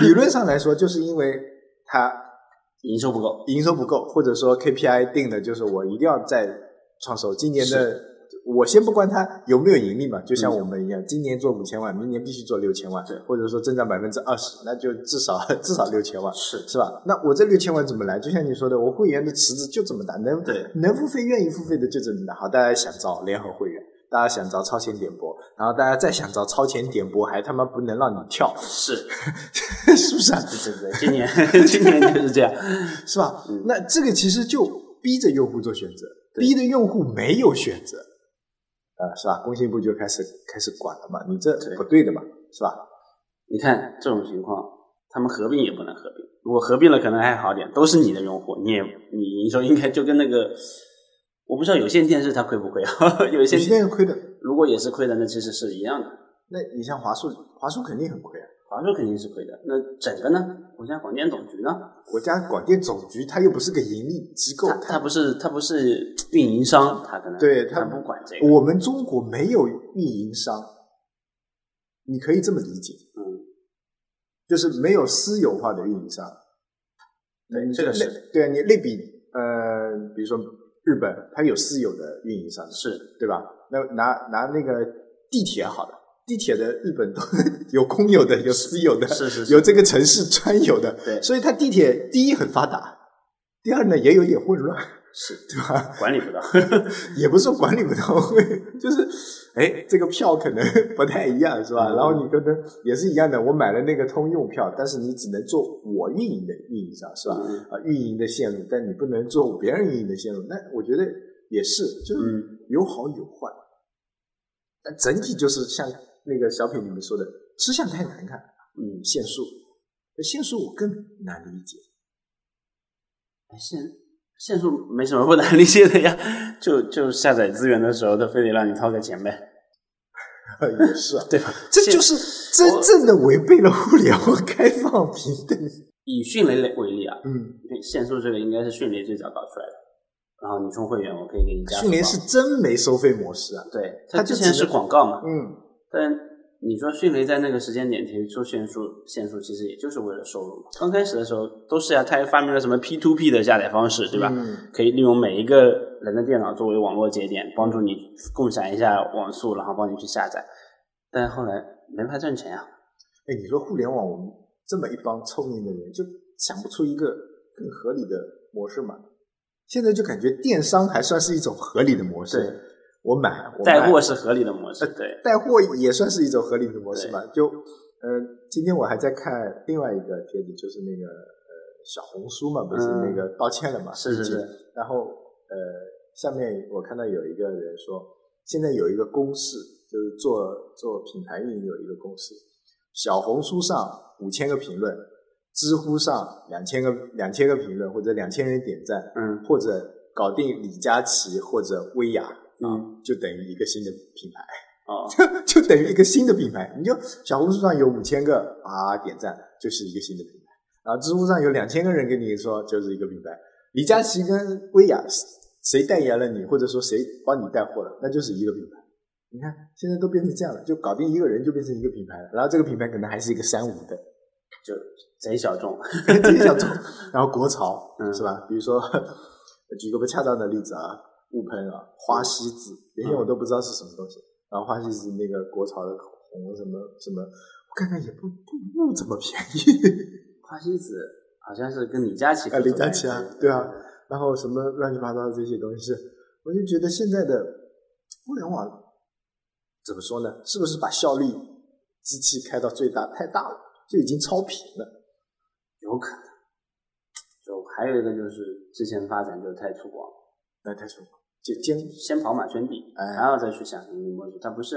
S1: 理论上来说，就是因为它
S2: 营收不够，
S1: 营收不够，或者说 KPI 定的就是我一定要再创收。今年的我先不管它有没有盈利嘛，就像我们一样，今年做五千万，明年必须做六千万
S2: 嗯对，
S1: 或者说增长百分之二十，那就至少 *laughs* 至少六千万。
S2: 是
S1: 是吧？那我这六千万怎么来？就像你说的，我会员的池子就这么大，能
S2: 对
S1: 能付费愿意付费的就这么大。好，大家想招联合会员，大家想招超前点播，然后大家再想招超前点播，还他妈不能让你跳， *laughs*
S2: 是
S1: 是不是啊？
S2: 是是是，今年 *laughs* 今年就是这样，
S1: 是吧
S2: 嗯？
S1: 那这个其实就逼着用户做选择，
S2: 对
S1: 逼着用户没有选择，啊，是吧？工信部就开始开始管了嘛，你这
S2: 对
S1: 不对的嘛，是吧？
S2: 你看这种情况，他们合并也不能合并。如果合并了，可能还好点，都是你的用户，你也你营收应该就跟那个，我不知道有线电视它亏不亏啊？ *laughs* 有
S1: 有
S2: 线
S1: 些店亏的，
S2: 如果也是亏的，那其实是一样的。
S1: 那你像华数，华数肯定很亏啊。
S2: 华硕肯定是亏的，那整个呢？国家广电总局呢？
S1: 国家广电总局它又不是个盈利机构，
S2: 它它不是它不是运营商，它可能
S1: 对它
S2: 它不管这个。
S1: 我们中国没有运营商，你可以这么理解，
S2: 嗯，
S1: 就是没有私有化的运营商。
S2: 对
S1: 你
S2: 这个是
S1: 类对啊，你类比呃，比如说日本，它有私有的运营商，
S2: 是
S1: 对吧？那拿拿那个地铁好了，地铁的日本都 *laughs* 有公有的，有私有的，
S2: 是是是
S1: 有这个城市专有的，
S2: 对
S1: 所以它地铁第一很发达，第二呢也有点混乱，
S2: 是，
S1: 对吧？ *laughs*
S2: 管理不到。
S1: 也不是说管理不到位，就是哎，这个票可能 *laughs* 不太一样，是吧？
S2: 嗯
S1: 然后你可能也是一样的，我买了那个通用票，但是你只能做我运营的运营商，是吧？
S2: 嗯
S1: 啊，运营的线路，但你不能做别人运营的线路。那我觉得也是，
S2: 嗯
S1: 就是有好有坏，但整体就是像那个小品里面说的，吃相太难看，
S2: 嗯，
S1: 限速，限速我更难理解。 *laughs*
S2: 限限速没什么不 *laughs* 难理解的呀，就就下载资源的时候，他非得让你掏个钱呗，
S1: 也是啊，
S2: 对吧？
S1: 这
S2: 现
S1: 就是真正的违背了互联网开放平等。
S2: 以迅雷为例啊，
S1: 嗯，
S2: 对限速这个应该是迅雷最早搞出来的。然后你充会员，我可以给你加
S1: 迅雷
S2: 福报
S1: 是真没收费模式啊。
S2: 对，
S1: 它
S2: 它之
S1: 就
S2: 前
S1: 只
S2: 是
S1: 能
S2: 广告嘛，
S1: 嗯，
S2: 但你说迅雷在那个时间点提出限速，限速其实也就是为了收入嘛。刚开始的时候都是呀、他还发明了什么 P to P 的下载方式，对吧？
S1: 嗯
S2: 可以利用每一个人的电脑作为网络节点，帮助你共享一下网速，然后帮你去下载。但后来没法挣钱啊，
S1: 哎，你说互联网，我们这么一帮聪明的人，就想不出一个更合理的模式嘛？现在就感觉电商还算是一种合理的模式。
S2: 对，
S1: 我买，我卖
S2: 带货是合理的模式，对，
S1: 带货也算是一种合理的模式吧。就呃，今天我还在看另外一个帖子，就是那个呃小红书嘛，不是
S2: 嗯
S1: 那个道歉了嘛？
S2: 是是
S1: 最近
S2: 是。
S1: 然后呃，下面我看到有一个人说，现在有一个公式，就是做做品牌运营有一个公式，小红书上五千个评论，知乎上两千个两千个评论或者两千人点赞，
S2: 嗯
S1: 或者搞定李佳琦或者薇娅。
S2: 嗯，
S1: 就等于一个新的品牌，
S2: 哦，
S1: *laughs* 就等于一个新的品牌。你就小红书上有五千个啊点赞，就是一个新的品牌。然后知乎上有两千个人跟你说，就是一个品牌。李佳琦跟薇娅谁代言了你，或者说谁帮你带货了，那就是一个品牌。你看现在都变成这样了，就搞定一个人就变成一个品牌了。然后这个品牌可能还是一个三无的，
S2: 就贼小众，
S1: *laughs* 自己想做。然后国潮、
S2: 嗯
S1: 是吧？比如说，举个不恰当的例子啊，雾喷啊，花西子，原先我都不知道是什么东西。然后花西子那个国潮的口红什么什么，我看看也不不不怎么便宜。
S2: 花西子好像是跟李佳琦合
S1: 啊李
S2: 作的
S1: 佳琦啊
S2: 那个
S1: 对啊然后什么乱七八糟的这些东西，我就觉得现在的互联网怎么说呢？是不是把效率机器开到最大太大了，就已经超频了？
S2: 有可能。就还有一个就是之前发展就太粗犷，
S1: 那太说就坚
S2: 先跑马圈地，
S1: 哎
S2: 然后再去想盈利模式。它不是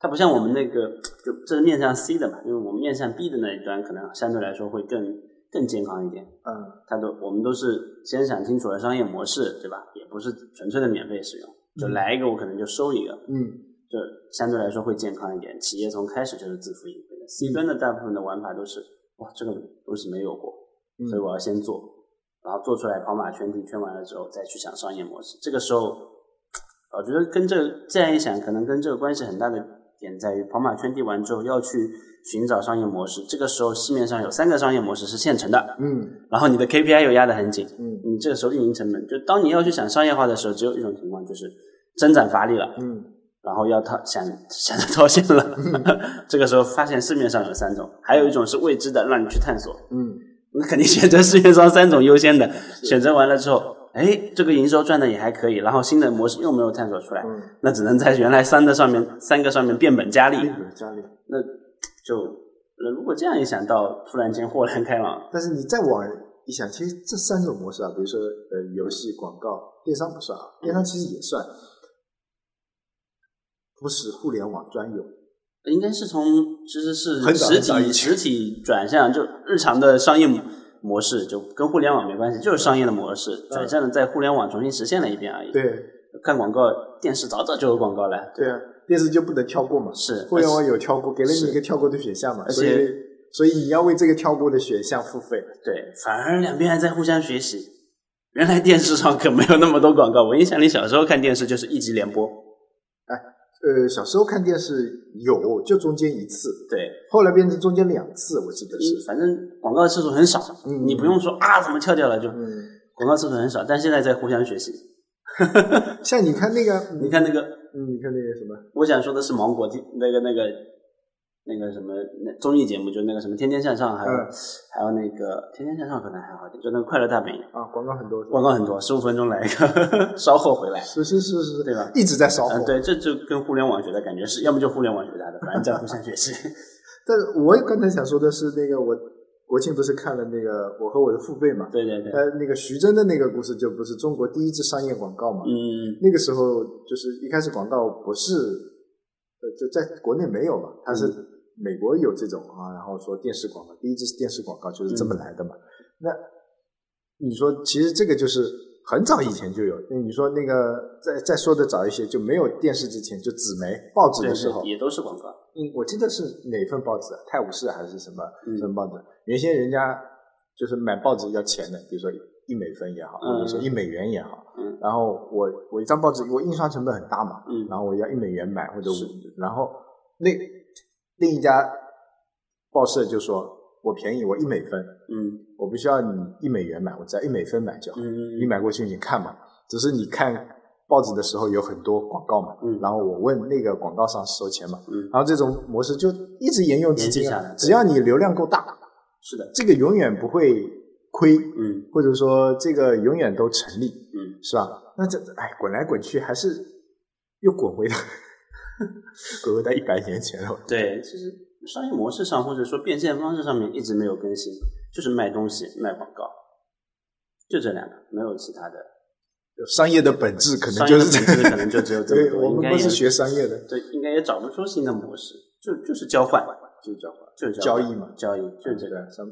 S2: 它不像我们那个，就这是面向 C 的嘛，因为我们面向 B 的那一端可能相对来说会更更健康一点。
S1: 嗯。
S2: 它都我们都是先想清楚了商业模式，对吧？也不是纯粹的免费使用，就
S1: 嗯
S2: 来一个我可能就收一个，
S1: 嗯，
S2: 就相对来说会健康一点。企业从开始就是自负盈亏的。C 端的大部分的玩法都是哇，这个东西没有过，
S1: 嗯
S2: 所以我要先做，然后做出来跑马圈地圈完了之后，再去想商业模式。这个时候，我觉得跟这个这样一想，可能跟这个关系很大的点在于，跑马圈地完之后要去寻找商业模式。这个时候市面上有三个商业模式是现成的，
S1: 嗯
S2: 然后你的 KPI 又压得很紧，
S1: 嗯
S2: 你这个时候运营成本就当你要去想商业化的时候，只有一种情况就是增长乏力了，
S1: 嗯，
S2: 然后要套想想着套现了， *laughs* 这个时候发现市面上有三种，还有一种是未知的，让你去探索。
S1: 嗯，
S2: 那肯定选择市面上三种优先的，选择完了之后，哎，这个营收赚的也还可以，然后新的模式又没有探索出来，
S1: 嗯
S2: 那只能在原来三的上面三个上面变本加厉。
S1: 利润加利。
S2: 那就那如果这样一想到，突然间豁然开朗，
S1: 但是你再往一想，其实这三种模式啊，比如说呃游戏、广告、电商不算啊，电商其实也算，不是互联网专有。
S2: 应该是从其实是
S1: 很早
S2: 实
S1: 很早以
S2: 体
S1: 前
S2: 实体转向，就日常的商业模模式，就跟互联网没关系，就是商业的模式转向了，在互联网重新实现了一遍而已。，
S1: 嗯对
S2: 看广告，电视早早就有广告了。
S1: 对啊，电视就不能跳过嘛。
S2: 是
S1: 互联网有跳过，给了你
S2: 是
S1: 一个跳过的选项嘛，
S2: 而
S1: 所以
S2: 且
S1: 所以你要为这个跳过的选项付费。
S2: 对，反而两边还在互相学习。原来电视上可没有那么多广告，我印象里小时候看电视就是一集连播。
S1: 呃，小时候看电视有，就中间一次，
S2: 对，
S1: 后来变成中间两次，我记得
S2: 你
S1: 是。
S2: 反正广告次数很少，
S1: 嗯
S2: 你不用说啊怎么跳掉了，就
S1: 嗯，
S2: 广告次数很少。但现在在互相学习。
S1: 嗯像你看那个，
S2: 你看那个
S1: 嗯，你看那个什么，
S2: 我想说的是芒果第那个那个那个什么那综艺节目，就那个什么《天天向上》，还有、
S1: 嗯
S2: 还有那个《天天向上》可能还好一点，就那个《快乐大本营》，
S1: 啊，广告很多，
S2: 广告很多，十五分钟来一个， *laughs* 稍后回来。
S1: 是是是是，
S2: 对吧
S1: 一直在烧火。
S2: 嗯，对，这就跟互联网学的感觉是，要么就互联网学它的，反正在互相学习。 *laughs*
S1: 但是我刚才想说的是，那个我国庆不是看了那个《我和我的父辈》嘛？
S2: 对对对，
S1: 呃，那个徐峥的那个故事就不是中国第一支商业广告嘛？
S2: 嗯
S1: 那个时候就是一开始广告不是，呃，就在国内没有嘛，它是
S2: 嗯
S1: 美国有这种啊，然后说电视广告，第一支是电视广告就
S2: 嗯
S1: 是这么来的嘛。那你说，其实这个就是很早以前就有。那你说那个再再说的早一些，就没有电视之前，就纸媒、报纸
S2: 对
S1: 的时候
S2: 对，，也都是广告。
S1: 嗯，我记得是哪份报纸啊，《泰晤士》还是什么
S2: 嗯
S1: 什么报纸？原先人家就是买报纸要钱的，比如说一美分也好，
S2: 嗯
S1: 或者说一美元也好。
S2: 嗯
S1: 然后我我一张报纸，我印刷成本很大嘛，
S2: 嗯
S1: 然后我要一美元买或者
S2: 是
S1: 五，然后那另一家报社就说我便宜，我一美分，
S2: 嗯
S1: 我不需要你一美元买，我只要一美分买就好。
S2: 嗯
S1: 你买过去你看嘛，只是你看报纸的时候有很多广告嘛，
S2: 嗯
S1: 然后我问那个广告商收钱嘛，
S2: 嗯
S1: 然后这种模式就一直沿用至
S2: 延续
S1: 今
S2: 下
S1: 啊
S2: 来，
S1: 只要你流量够大，
S2: 是的，
S1: 这个永远不会亏，
S2: 嗯
S1: 或者说这个永远都成立，
S2: 嗯，
S1: 是吧？那这哎滚来滚去还是又滚回到 *laughs* 滚回到一百年前了，
S2: 对，其实商业模式上或者说变现方式上面一直没有更新，就是卖东西、卖广告，就这两个，没有其他的。
S1: 商业的本质可能
S2: 商
S1: 就
S2: 业的
S1: 是
S2: 本
S1: 这
S2: 质可
S1: 个。
S2: 能就只有这么
S1: 对，
S2: 多，
S1: 我
S2: 应
S1: 们
S2: 该
S1: 不
S2: 也
S1: 是学商业的，
S2: 对，应该也找不出新的模式，就就是交换，就是交换，就是换
S1: 交易嘛
S2: 交易就是这个。
S1: 对，商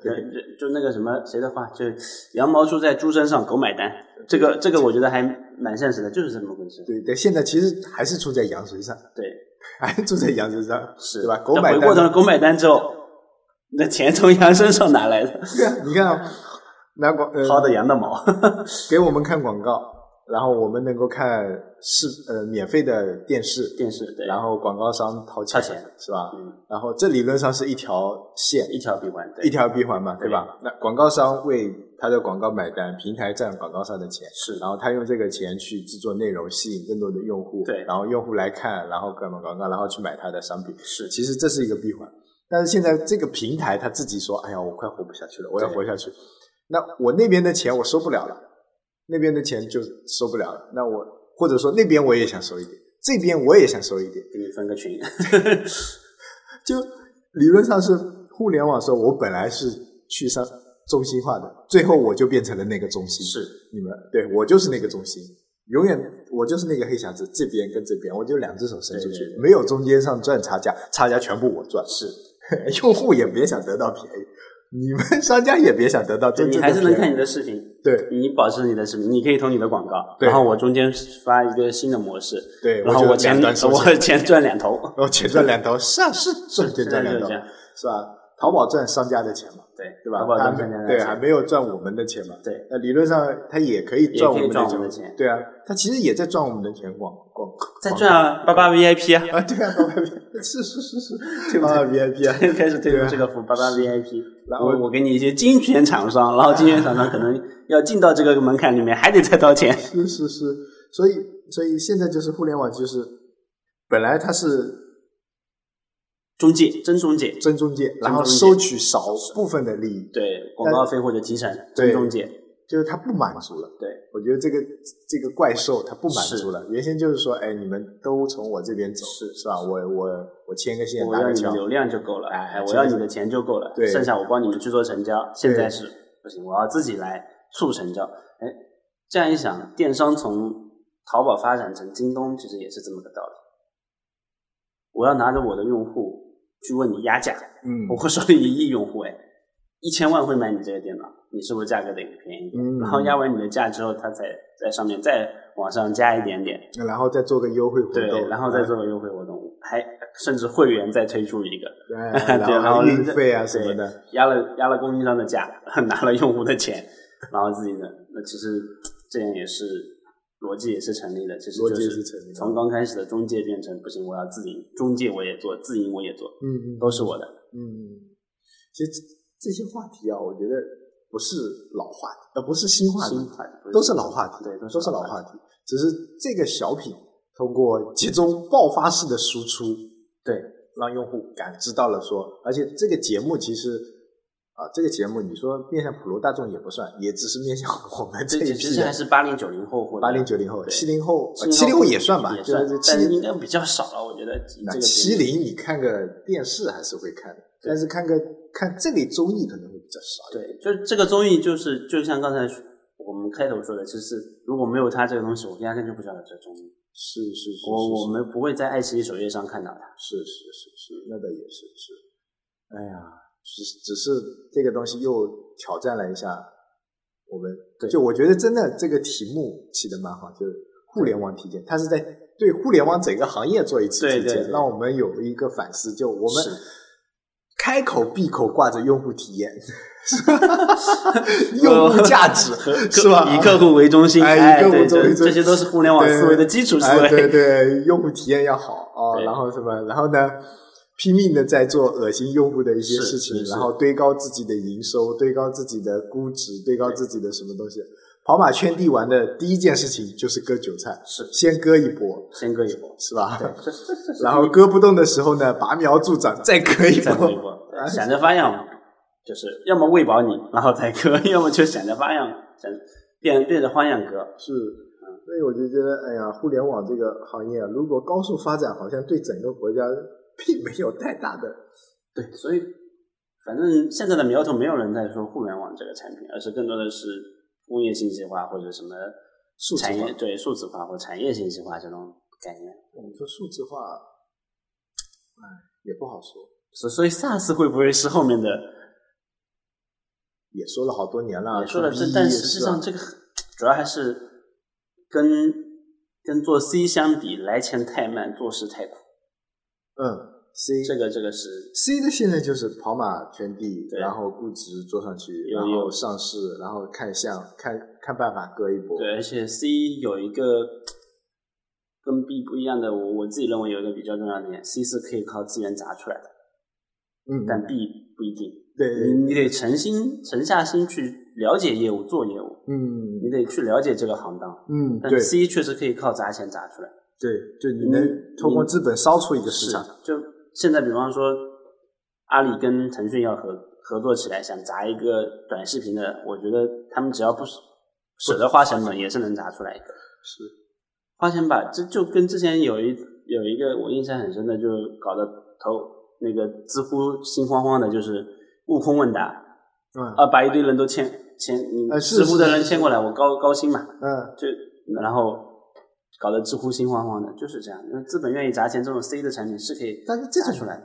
S2: 对，
S1: 对，
S2: 就就那个什么谁的话，就是羊毛出在猪身上，狗买单。这个这个我觉得还蛮现实的，就是这么回事。
S1: 对对，现在其实还是处在羊身上，
S2: 对，
S1: 还是住在羊身上，
S2: 是
S1: 对吧？狗
S2: 但
S1: 买
S2: 回
S1: 单
S2: 过，头来狗买单之后，那钱从羊身上拿来的，
S1: 对啊你看啊，拿广呃
S2: 薅的羊的毛。
S1: 给我们看广告，然后我们能够看视呃免费的电视，
S2: 电视对，
S1: 然后广告商掏
S2: 掏钱
S1: 是吧？
S2: 嗯，
S1: 然后这理论上是一条线，
S2: 一条闭环，对
S1: 一条闭环嘛，对吧？那广告商为他的广告买单，平台赚广告商的钱，
S2: 是
S1: 然后他用这个钱去制作内容，吸引更多的用户，
S2: 对
S1: 然后用户来看，然后干嘛广告，然后去买他的商品，
S2: 是
S1: 其实这是一个闭环。但是现在这个平台他自己说：“哎呀，我快活不下去了，我要
S2: 对
S1: 活下去。”那我那边的钱我收不了了，那边的钱就收不了了。那我或者说那边我也想收一点，这边我也想收一点，
S2: 给你分个群，
S1: 就理论上是互联网说，我本来是去上中心化的，最后我就变成了那个中心。
S2: 是
S1: 你们对我就是那个中心，永远我就是那个黑匣子，这边跟这边，我就两只手伸出去，
S2: 对对对
S1: 没有中间上赚差价，差价全部我赚。是， *laughs* 用户也别想得到便宜，你们商家也别想得到
S2: 对 *laughs*
S1: 真
S2: 你
S1: 正的
S2: 还是能看
S1: 便宜
S2: 你的视频，
S1: 对
S2: 你保持你的视频，你可以投你的广告，
S1: 对
S2: 然后我中间发一个新的模式，
S1: 对
S2: 然
S1: 我
S2: 后
S1: 就
S2: 我钱
S1: 两端
S2: *laughs*
S1: 收
S2: 我
S1: 钱
S2: 钱赚两头，
S1: 哦，钱赚两刀，是啊，是是
S2: 现
S1: 钱
S2: 在
S1: 赚
S2: 就
S1: 两
S2: 是
S1: 刀，
S2: 这样，
S1: 是吧？淘宝赚商家的钱嘛，
S2: *laughs* 对
S1: 对吧？
S2: 淘宝
S1: 他
S2: 赚
S1: 没
S2: 赚两
S1: 对，
S2: 头
S1: 还没有赚我们的钱嘛，
S2: 对，
S1: 那理论上他也可以赚我们
S2: 也可以赚我
S1: 的钱，
S2: 们的钱
S1: 对啊，他其实也在赚我们的钱，广广
S2: 再赚啊，八八 VIP
S1: *laughs*
S2: 啊，
S1: 啊，对啊，八八 VIP 是是是是，八八 VIP 啊，
S2: *laughs* 开始推出这个服务八八 VIP，
S1: 然
S2: 然
S1: 后
S2: 后我给你一些精选厂商，然后精选厂商可能要进到这个门槛里面，还得再掏钱，
S1: 是是是，所以所以现在就是互联网就是本来它是
S2: 中介真中介，
S1: 真中介，然后
S2: 中介
S1: 收取少部分的利益，
S2: 对广告费或者提成
S1: 对
S2: 真中介，
S1: 就是他不满足了。
S2: 对。
S1: 我觉得这个这个怪兽它不满
S2: 是
S1: 足了，原先就是说，哎，你们都从我这边走，
S2: 是
S1: 是吧？我我我牵个线，
S2: 我
S1: 搭
S2: 要
S1: 个
S2: 你的
S1: 桥，
S2: 流量就够了，
S1: 哎
S2: 哎，
S1: 这
S2: 我
S1: 个
S2: 要
S1: 是
S2: 你的钱就够了，
S1: 对
S2: 剩下我帮你们去做成交。现
S1: 对
S2: 在是不行，我要自己来促成交。哎，这样一想，电商从淘宝发展成京东，其实也是这么个道理。我要拿着我的用户去问你压价，
S1: 嗯
S2: 我会收你一亿用户，哎，一千万会买你这个电脑，你是不是价格得便宜一点？
S1: 嗯
S2: 然后压完你的价之后，他才在上面再往上加一点点，
S1: 然后再做个优惠活
S2: 对，
S1: 动，啊
S2: 然后再做个优惠活动，还甚至会员再推出一个。
S1: *laughs* 对，
S2: 对，
S1: 哎然
S2: 然
S1: 后
S2: 后
S1: 运费啊什么的，
S2: 对，压了压了供应商的价， *laughs* 拿了用户的钱，然后自己的，那其实这样也是逻辑也是成立的，其实
S1: 逻
S2: 就
S1: 辑
S2: 是
S1: 是成立的
S2: 从刚开始的中介变成不行，我要自营，中介我也做，自营我也做，
S1: 嗯嗯
S2: 都是我的，
S1: 嗯，其实这这些话题啊，我觉得不是老话题，呃，不是新话题
S2: 新，款
S1: 都是老话题，
S2: 对，都
S1: 都是
S2: 老
S1: 老话题，只是这个小品通过集中爆发式的输出，
S2: 对，
S1: 让用户感知到了说，而且这个节目其实啊，这个节目你说面向普罗大众也不算，也只是面向我们这
S2: 这
S1: 一
S2: 其
S1: 批
S2: 实还
S1: 人，
S2: 是八零九零后或者
S1: 八零九零后、
S2: 对
S1: 七零后、
S2: 70
S1: 七零后也算吧，
S2: 也
S1: 就
S2: 算
S1: 是，
S2: 但
S1: 七
S2: 是
S1: 零
S2: 应该比较少了，我觉得以这
S1: 那
S2: 个
S1: 七
S2: 比例
S1: 零你看个电视还是会看的，但是看个看这类综艺可能会比较少一点。
S2: 对，就是这个综艺，就是就像刚才我们开头说的，就是如果没有它这个东西，我压根就不知道有这个综艺，
S1: 是是是，
S2: 我
S1: 是
S2: 我们不会在爱奇艺首页上看到它。
S1: 是是是是，那倒也是是。哎呀，只只是这个东西又挑战了一下我们。
S2: 对
S1: 就我觉得真的这个题目起的蛮好，就是互联网体检，它是在对互联网整个行业做一次
S2: 对
S1: 体
S2: 对
S1: 检，
S2: 对
S1: 让我们有一个反思。就我们
S2: 是
S1: 开口闭口挂着用
S2: *laughs*
S1: 户体验， *laughs* *laughs* 用户价值是吧？
S2: 以客户为中心，
S1: 哎以
S2: 哎，
S1: 客户
S2: 对，
S1: 中
S2: 这
S1: 心
S2: 这些都是互联网
S1: 对
S2: 思维的基 *laughs* 础思
S1: 哎对
S2: 维。
S1: 对，用户体验要好哦，
S2: 对
S1: 然后什么，然后呢，拼命的在做恶心用户的一些
S2: 是
S1: 事情，
S2: 是是
S1: 然后堆高自己的营收，堆高自己的估值，堆高
S2: 对
S1: 自己的什么东西。跑马圈地玩的第一件事情就是割韭菜，
S2: 是
S1: 先割一波，
S2: 先割一波，
S1: 是吧？
S2: 这这这是
S1: *laughs* 然后割不动的时候呢，拔苗助长，再割一
S2: 再
S1: 波
S2: 割一。波，对想着花样嘛，就是要么喂饱你，然后再割， *laughs* 要么就想着花样，想变变着花样割。
S1: *laughs* 是，所以我就觉得，哎呀，互联网这个行业啊，如果高速发展，好像对整个国家并没有太大的
S2: 对，所以反正现在的苗头没有人在说互联网这个产品，而是更多的是工业信息化或者什么
S1: 数字
S2: 产
S1: 化
S2: 业对数字化或产业信息化这种概念。
S1: 我们说数字化，哎，
S2: 哎
S1: 也不好说，
S2: 所所以 SaaS 会不会是后面的？
S1: 也说了好多年了，
S2: 啊也说了，这
S1: B
S2: 但
S1: 也
S2: 实际
S1: 是啊
S2: 上这个很主要还是跟跟做 C 相比，来钱太慢，做事太苦。
S1: 嗯，C
S2: 这个这个是
S1: C 的现在就是跑马圈地，
S2: 对
S1: 然后估值做上去，
S2: 有
S1: 然后
S2: 有
S1: 上市，然后看项，看看办法割一波，
S2: 对，而且 C 有一个跟 B 不一样的，我我自己认为有一个比较重要的点，C 是可以靠资源砸出来的，
S1: 嗯，
S2: 但 B 不一定。
S1: 对
S2: 你
S1: 对，
S2: 你得诚心沉下心去了解业务，做业务，
S1: 嗯
S2: 你得去了解这个行当。
S1: 嗯，对
S2: 但 C 确实可以靠砸钱砸出来。
S1: 对，就你
S2: 你
S1: 能通过
S2: 你
S1: 资本烧出一个市
S2: 是
S1: 场，，
S2: 就现在，比方说阿里跟腾讯要合合作起来，想砸一个短视频的，我觉得他们只要不舍舍得花成本，也是能砸出来一个。
S1: 是
S2: 花钱把这就跟之前有一有一个我印象很深的，就搞得头那个知乎心慌慌的，就是悟空问答
S1: 嗯
S2: 啊，把一堆人都牵牵，你
S1: 呃
S2: 知
S1: 是
S2: 乎的
S1: 是
S2: 人
S1: 是
S2: 牵过来，我高高薪嘛，
S1: 嗯，
S2: 就然后搞得知乎心慌慌的，就是这样。因为资本愿意砸钱，这种 C 的产品是可以
S1: 但是这
S2: 砸
S1: 种
S2: 出来的。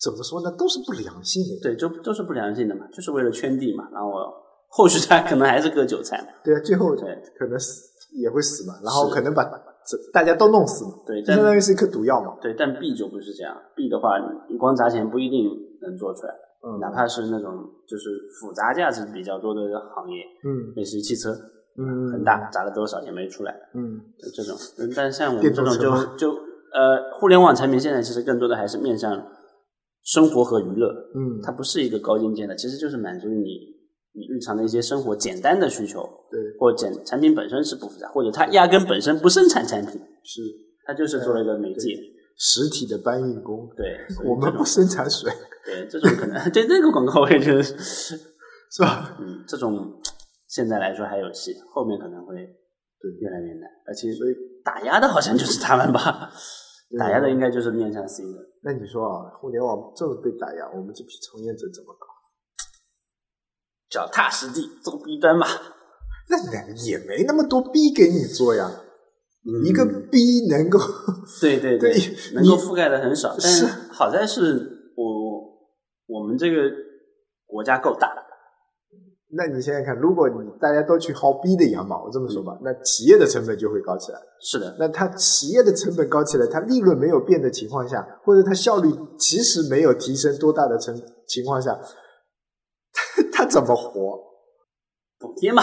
S1: 怎么说呢，都是不良性的，
S2: 对，就都是不良性的嘛，就是为了圈地嘛。然后我后续他可能还是割韭菜嘛。
S1: 对啊，最后
S2: 对
S1: 可能死也会死嘛，然后
S2: 是
S1: 可能把这大家都弄死嘛，
S2: 对
S1: 就
S2: 但
S1: 相当于是一颗毒药嘛，
S2: 对，但 B 就不是这样。B 的话，你你光砸钱不一定能做出来，
S1: 嗯
S2: 哪怕是那种就是复杂价值比较多的行业，
S1: 嗯
S2: 类似于汽车，
S1: 嗯
S2: 恒大砸了多少也没出来
S1: 嗯
S2: 就这种。嗯但像我们
S1: 电
S2: 这
S1: 动
S2: 种
S1: 车
S2: 就
S1: 吗
S2: 就呃，互联网产品现在其实更多的还是面向生活和娱乐，
S1: 嗯，
S2: 它不是一个高精尖的，其实就是满足你你日常的一些生活简单的需求，
S1: 对
S2: 或简产品本身是不复杂，或者它压根本身不生产产品，
S1: 是
S2: 它就是做了一个媒介。
S1: 实体的搬运工，
S2: 对，所以
S1: 我们
S2: 这
S1: 不
S2: 种
S1: 生产水
S2: 对这种可能 *laughs* 对那个广告我也觉得是，
S1: 是
S2: *laughs*
S1: 吧？
S2: 嗯，这种现在来说还有戏，后面可能会
S1: 对
S2: 越来越难，而且
S1: 所以
S2: 打压的好像就是他们吧，
S1: 对
S2: 打压的应该就是面向 C 的。
S1: 那你说啊，互联网这么被打压，我们这批从业者怎么搞？
S2: 脚踏实地做 B 端嘛，
S1: 那也没那么多逼给你做呀，一个
S2: 嗯
S1: 逼能够 *laughs*
S2: 对对
S1: 对
S2: 能够
S1: 你
S2: 覆盖的很少，但
S1: 是
S2: 是好在是我我们这个国家够大，
S1: 那你想想看，如果你大家都去薅逼的羊毛，我这么说吧，那企业的成本就会高起来。
S2: 是的，
S1: 那它企业的成本高起来，它利润没有变的情况下，或者它效率其实没有提升多大的成情况下， *laughs* 它它怎么活？
S2: 补贴
S1: *laughs*
S2: 嘛，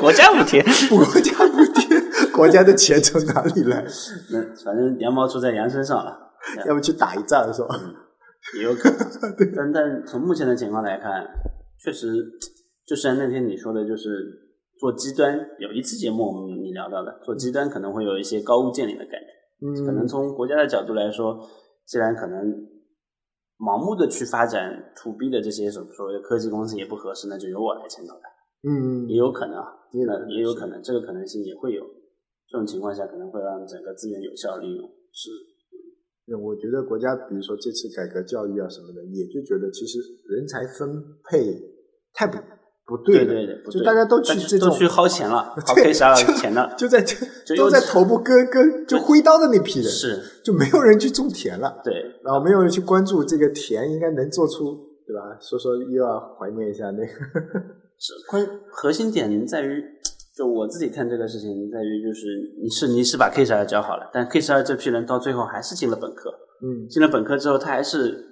S2: 国家补贴，
S1: 国家补贴，国家的钱从哪里 *laughs* 来？
S2: 那反正羊毛出在羊身上了，嗯
S1: 要不去打一仗是吧？
S2: 也有可
S1: *laughs*
S2: 能。但但从目前的情况来看，确实，就像那天你说的，就是做极端，有一次节目我们你聊到的，做极端可能会有一些高屋建瓴的感觉。
S1: 嗯，
S2: 可能从国家的角度来说，既然可能盲目的去发展 to B 的这些所所谓的科技公司也不合适，那就由我来牵头吧，
S1: 嗯
S2: 也有可能啊，
S1: 也有可
S2: 那
S1: 能
S2: 也有
S1: 是
S2: 可能，这个可能性也会有。这种情况下可能会让整个资源有效利用，
S1: 是，嗯我觉得国家比如说这次改革教育啊什么的，也就觉得其实人才分配太不不对了，
S2: 对对，不
S1: 就
S2: 对
S1: 大家都去
S2: 但是
S1: 这种
S2: 都去薅钱了，薅
S1: *laughs* 对
S2: K 啥
S1: 就
S2: 钱
S1: *laughs*
S2: 了，
S1: 就在这
S2: 就
S1: 都
S2: 又
S1: 在
S2: 是
S1: 头部割割就挥刀的那批人，
S2: 是，
S1: 就没有人去种田了，
S2: 对，
S1: 然后没有人去关注这个田应该能做出对吧？所以说又要怀念一下那个， *laughs*
S2: 是关核心点在于，就我自己看这个事情在于，就是你是你是把 K 十二教好了，但 K 十二这批人到最后还是进了本科，
S1: 嗯
S2: 进了本科之后，他还是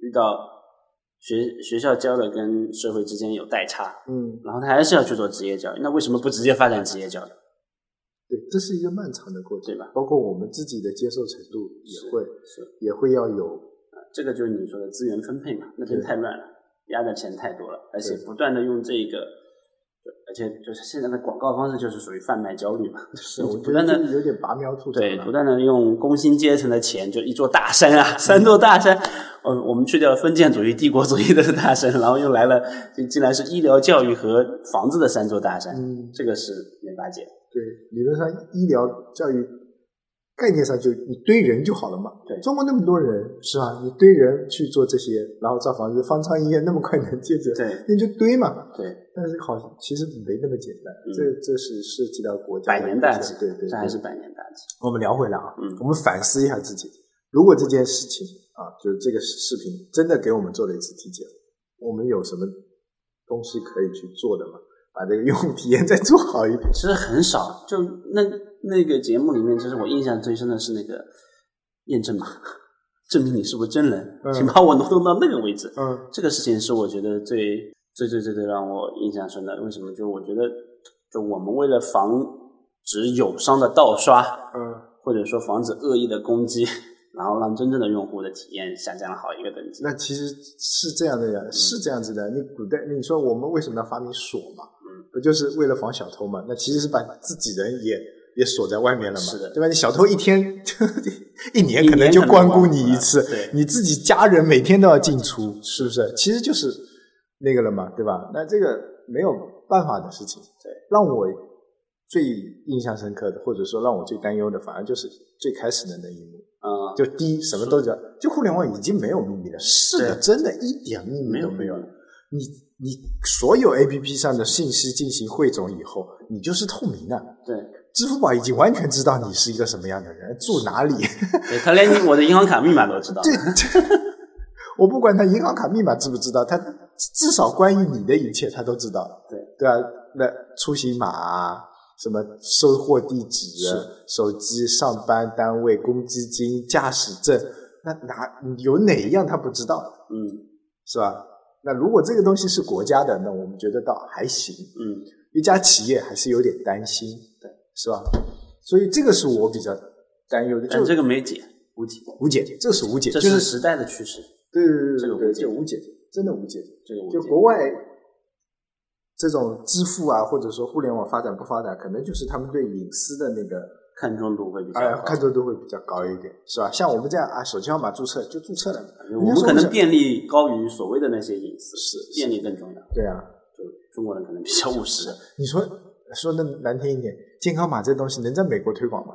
S2: 遇到学学校教的跟社会之间有代差，
S1: 嗯，
S2: 然后他还是要去做职业教育，那为什么不直接发展职业教育？
S1: 对，这是一个漫长的过程，
S2: 对吧？
S1: 包括我们自己的接受程度也会
S2: 是，
S1: 也会要有
S2: 这个就是你说的资源分配嘛，那边
S1: 对
S2: 太乱了，压的钱太多了，而且
S1: 对
S2: 不断的用这个，而且就是现在的广告方式就是属于贩卖焦虑嘛，
S1: 是，
S2: 我
S1: 我
S2: 不
S1: 觉得
S2: 断的
S1: 这有点拔苗助长
S2: 对，
S1: 了
S2: 不断的用工薪阶层的钱，就一座大山啊， *laughs* 三座大山，呃，我们去掉了封建主义、帝国主义的大山，然后又来了，就竟然是医疗、教育和房子的三座大山，
S1: 嗯
S2: 这个是没法解。
S1: 对，理论上医疗教育概念上就你堆人就好了嘛。
S2: 对
S1: 中国那么多人是吧？你堆人去做这些，然后造房子，方舱医院那么快能解决，
S2: 对
S1: 那你就堆嘛。
S2: 对，
S1: 但是好像其实没那么简单，
S2: 嗯
S1: 这这是涉及到国家的
S2: 百年大
S1: 一
S2: 计
S1: 些，对对对，
S2: 这还是百年大计。
S1: 我们聊回来啊，
S2: 嗯
S1: 我们反思一下自己，如果这件事情啊，就是这个视频啊真的给我们做了一次体检，我们有什么东西可以去做的吗？把这个用户体验再做好一点。
S2: 其实很少，就那那个节目里面，其实我印象最深的是那个验证码，证明你是不是真人，
S1: 嗯
S2: 请把我挪动到那个位置。
S1: 嗯
S2: 这个事情是我觉得最最最最最让我印象深的。为什么？就我觉得，就我们为了防止友商的盗刷，
S1: 嗯，
S2: 或者说防止恶意的攻击， *laughs* 然后让真正的用户的体验下降了好一个等级。
S1: 那其实是这样的呀，是这样子的。你古代你说我们为什么要发明锁嘛？
S2: 嗯，
S1: 不就是为了防小偷嘛？那其实是把自己人也也锁在外面了嘛，
S2: 是的
S1: 对吧？你小偷一天 *laughs* 一年
S2: 一
S1: 可能
S2: 年
S1: 就
S2: 可能
S1: 光
S2: 光
S1: 顾
S2: 顾
S1: 你一
S2: 了
S1: 次
S2: 对，
S1: 你自己家人每天都要进出，是不是？其实就是那个了嘛，对吧？那这个没有办法的事情。
S2: 对，
S1: 让我最印象深刻的，或者说让我最担忧的，反而就是最开始的那一幕。
S2: 嗯，
S1: 就低，什么都叫，就互联网已经没有秘密了，是的，
S2: 对
S1: 真的一点秘密
S2: 没
S1: 都
S2: 有
S1: 没有
S2: 秘
S1: 了
S2: 密。
S1: 你你所有 A P P 上的信息进行汇总以后，你就是透明的。
S2: 对，
S1: 支付宝已经完全知道你是一个什么样的人，住哪 *laughs* 里，
S2: 对他连你我的银行卡密码都知道。
S1: 对，这我不管他银行卡密码知不知道，他至少关于你的一切他都知道。
S2: 对
S1: 对啊，那出行码啊，什么收货地址啊
S2: 是、
S1: 手机、上班单位、公积金、驾驶证，那哪有哪一样他不知道的
S2: 嗯
S1: 是吧？那如果这个东西是国家的，那我们觉得倒还行。
S2: 嗯，
S1: 一家企业还是有点担心，
S2: 对，
S1: 是吧？所以这个是我比较担忧的，就
S2: 但这个没解，无解，
S1: 无解，这是无解，
S2: 这
S1: 就是是
S2: 时代的趋势。
S1: 对对
S2: 这
S1: 对
S2: 个
S1: 对
S2: 无
S1: 对，
S2: 解
S1: 就无解，真的无解。
S2: 这个无
S1: 就
S2: 解。
S1: 国外这种支付啊，或者说互联网发展不发展，可能就是他们对隐私的那个
S2: 看重度会比较
S1: 哎
S2: 高。
S1: 看重度会比较高一点，是吧？像我们这样啊，手机号码注册就注册了，
S2: 我们可能便利高于所谓的那些隐私，
S1: 是是
S2: 便利更重要。
S1: 对啊。
S2: 就中国人可能比较务实，
S1: 你说说那难听一点，健康码这东西能在美国推广吗？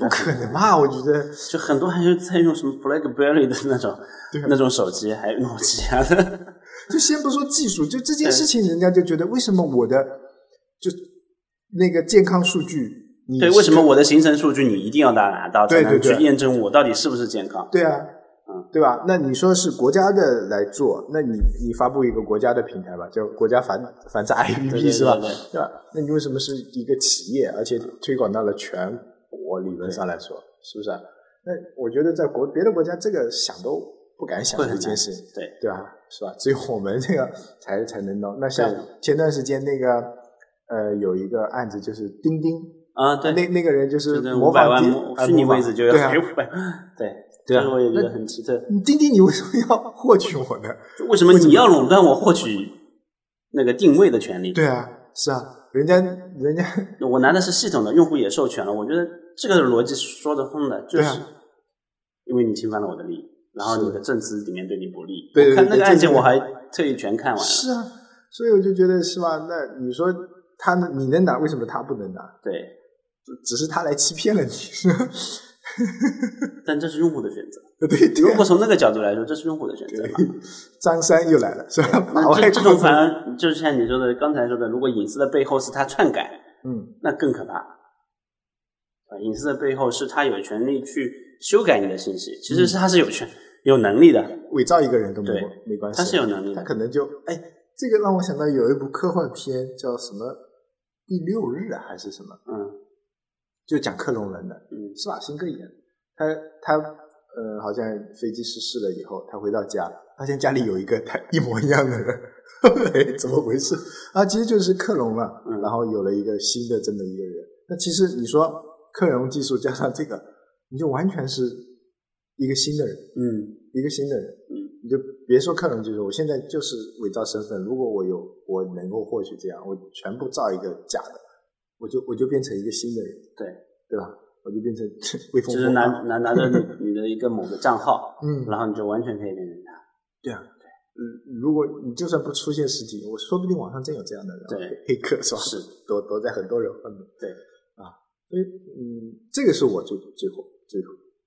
S2: 不
S1: 可能吧？ *laughs* 我觉得
S2: *laughs* 就很多还是在用什么 BlackBerry 的那种
S1: 对啊
S2: 那种手机，还有诺基亚
S1: *laughs*
S2: 的，
S1: 就先不说技术，就这件事情，人家就觉得为什么我的就那个健康数据，你
S2: 对，为什么我的行程数据你一定要拿拿到，
S1: 对
S2: 才
S1: 对
S2: 能
S1: 对
S2: 去验证我到底是不是健康？
S1: 对啊，
S2: 嗯，
S1: 对吧？那你说是国家的来做，那你你发布一个国家的平台吧，叫国家反反诈 APP
S2: 对对
S1: 是吧？
S2: 对对
S1: 对吧？那你为什么是一个企业，而且推广到了全国？理论上来说，
S2: 嗯
S1: 是不是啊？那我觉得在国别的国家，这个想都不敢想
S2: 会
S1: 这
S2: 很
S1: 件
S2: 难
S1: 事，
S2: 对，
S1: 对吧？是吧？只有我们这个才 *laughs* 才能弄。那像
S2: 对
S1: 前段时间那个呃，有一个案子就是钉钉，
S2: 啊，对，
S1: 那那个人就
S2: 就是是
S1: 模
S2: 五百
S1: 仿
S2: 万
S1: 钉
S2: 模
S1: 呃
S2: 虚拟
S1: 模仿
S2: 位置就要
S1: 对啊
S2: 给五百， *laughs* 对，
S1: 对啊
S2: 这个我也觉
S1: 那
S2: 得很奇特，
S1: 你钉钉，你为什么要获取我呢？
S2: 就为什么你要垄断我获取那个定位的权利？
S1: 对啊，是啊，人家人家
S2: 我拿的是系统的，用户也授权了，我觉得这个逻辑是说得通的，就
S1: 对
S2: 是
S1: 啊
S2: 因为你侵犯了我的利益，然后你的证词里面对你不利。
S1: 对对
S2: 我看那
S1: 对
S2: 个案件，
S1: 对对
S2: 我还特意全看完了。
S1: 是啊，所以我就觉得是吧？那你说他能你能拿，为什么他不能拿？
S2: 对，
S1: 只是他来欺骗了你。 *laughs*
S2: 但这是用户的选择。
S1: 对
S2: 如
S1: 对啊
S2: 果从那个角度来说，这是用户的选择
S1: 对 *laughs*
S2: 嘛。，
S1: 张三又来了是吧？
S2: 那
S1: 把
S2: 这
S1: 外
S2: 这
S1: 扩
S2: 种反而就是像你说的，刚才说的，如果隐私的背后是他篡改，
S1: *laughs* 嗯，
S2: 那更可怕。啊，隐私的背后是他有权利去修改你的信息，其
S1: 嗯
S2: 实是他是有权、有能力的。
S1: 伪造一个人都没
S2: 对
S1: 没关系，啊
S2: 他是有能力的
S1: 他可能就哎，这个让我想到有一部科幻片叫什么《第六日》啊，还是什么，
S2: 嗯
S1: 就讲克隆人的，
S2: 嗯
S1: 施瓦辛格演的，他他呃，好像飞机失事了以后，他回到家，发现家里有一个他一模一样的人， *laughs* 哎，怎么回事啊？其实就是克隆了，
S2: 嗯
S1: 然后有了一个新的这么一个人。那其实你说克隆技术加上这个，你就完全是一个新的人，
S2: 嗯
S1: 一个新的人，
S2: 嗯，
S1: 你就别说克隆技术，我现在就是伪造身份。如果我有我能够获取这样，我全部造一个假的，我就我就变成一个新的人，
S2: 对
S1: 对吧？我就变成 *laughs* 威风
S2: 就
S1: 火
S2: 是拿
S1: 马
S2: 拿拿着你你的一个某个账号，
S1: 嗯，
S2: 然后你就完全可以变成他。
S1: 对啊，嗯，如果你就算不出现实体，我说不定网上真有这样的人，啊
S2: 对，
S1: 黑客是吧？
S2: 是
S1: *laughs* 躲躲在很多人后面，
S2: 对
S1: 啊，所以嗯，这个是我最最后最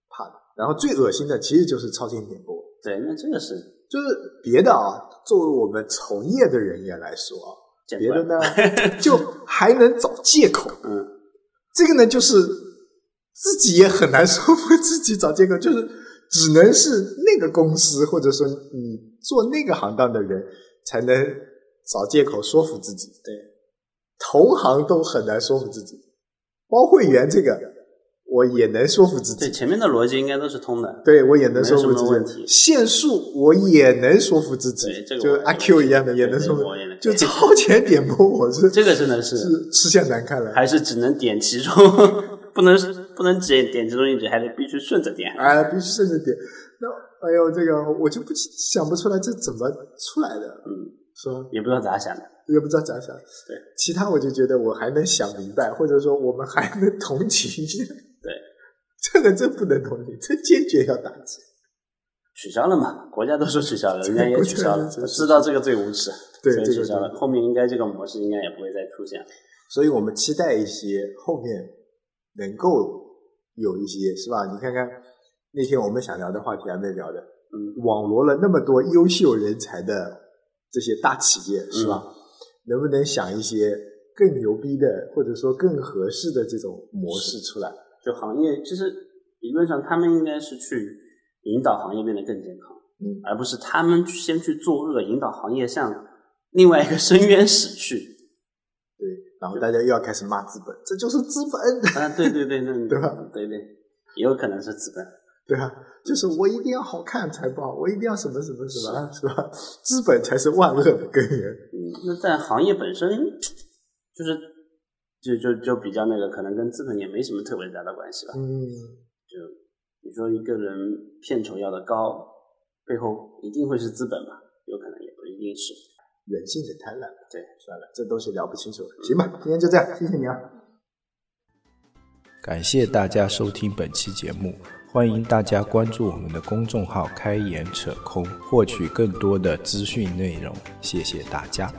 S1: 怕的。然后最恶心的其实就是超前点播，
S2: 对，那这个是
S1: 就是别的啊，作为我们从业的人员来说啊，
S2: 见
S1: 别
S2: 怪
S1: 的呢就还能找借口，
S2: 嗯，
S1: 这个呢就是自己也很难说服自己找借口，就是只能是那个公司或者说你做那个行当的人才能找借口说服自己，
S2: 对，
S1: 同行都很难说服自己，包会员这个我也能说服自己
S2: 对，，前面的逻辑应该都是通的。
S1: 对我也能说服
S2: 没有什么问
S1: 自己，
S2: 题
S1: 限速我也能说服自己
S2: 对，这个
S1: 就
S2: 我
S1: 阿 Q 一样的也能
S2: 对
S1: 说服
S2: 我也能，
S1: 就超前点播我是
S2: 这个真的是
S1: 是吃相难看了，
S2: 还是只能点其中， *laughs* 不能不能只点其中一点，还得必须顺着点。
S1: 哎，必须顺着点。那哎呦，这个我就不想不出来这怎么出来的，
S2: 嗯，
S1: 是吧？
S2: 也不知道咋想的。
S1: 也不知道咋想。
S2: 对，
S1: 其他我就觉得我还能想明白，或者说我们还能同情一下。
S2: 对，
S1: *laughs* 这个真不能同情，这坚决要打击。
S2: 取消了嘛，国家都说取消了，人家也取消了，
S1: *laughs* 国家也
S2: 知道这个最无耻，
S1: 对
S2: 所以
S1: 这个
S2: 取消了。
S1: 对
S2: 后面应该这个模式应该也不会再出现了。
S1: 所以我们期待一些后面能够有一些，是吧？你看看那天我们想聊的话题还没聊的，
S2: 嗯，
S1: 网罗了那么多优秀人才的这些大企业，是吧？能不能想一些更牛逼的，或者说更合适的这种模式出来？
S2: 就行业其实理论上他们应该是去引导行业变得更健康，
S1: 嗯，
S2: 而不是他们去先去作恶，引导行业向另外一个深渊死去。
S1: 对，然后大家又要开始骂资本，这就是资本， *laughs*
S2: 啊，对对对，那你
S1: 对吧？
S2: 对对，也有可能是资本。
S1: 对吧？就是我一定要好看才不好，我一定要什么什么什么，是吧？ *laughs* 资本才是万恶的根源。
S2: 嗯，那在行业本身就是就就就比较那个，可能跟资本也没什么特别大的关系吧。
S1: 嗯。
S2: 就你说一个人片酬要的高，背后一定会是资本嘛？有可能也不一定是。
S1: 人性的贪婪。
S2: 对，
S1: 算了，这东西聊不清楚。行吧，今天就这样，谢谢你啊。
S3: 感谢大家收听本期节目，欢迎大家关注我们的公众号“开眼扯空”，获取更多的资讯内容。谢谢大家。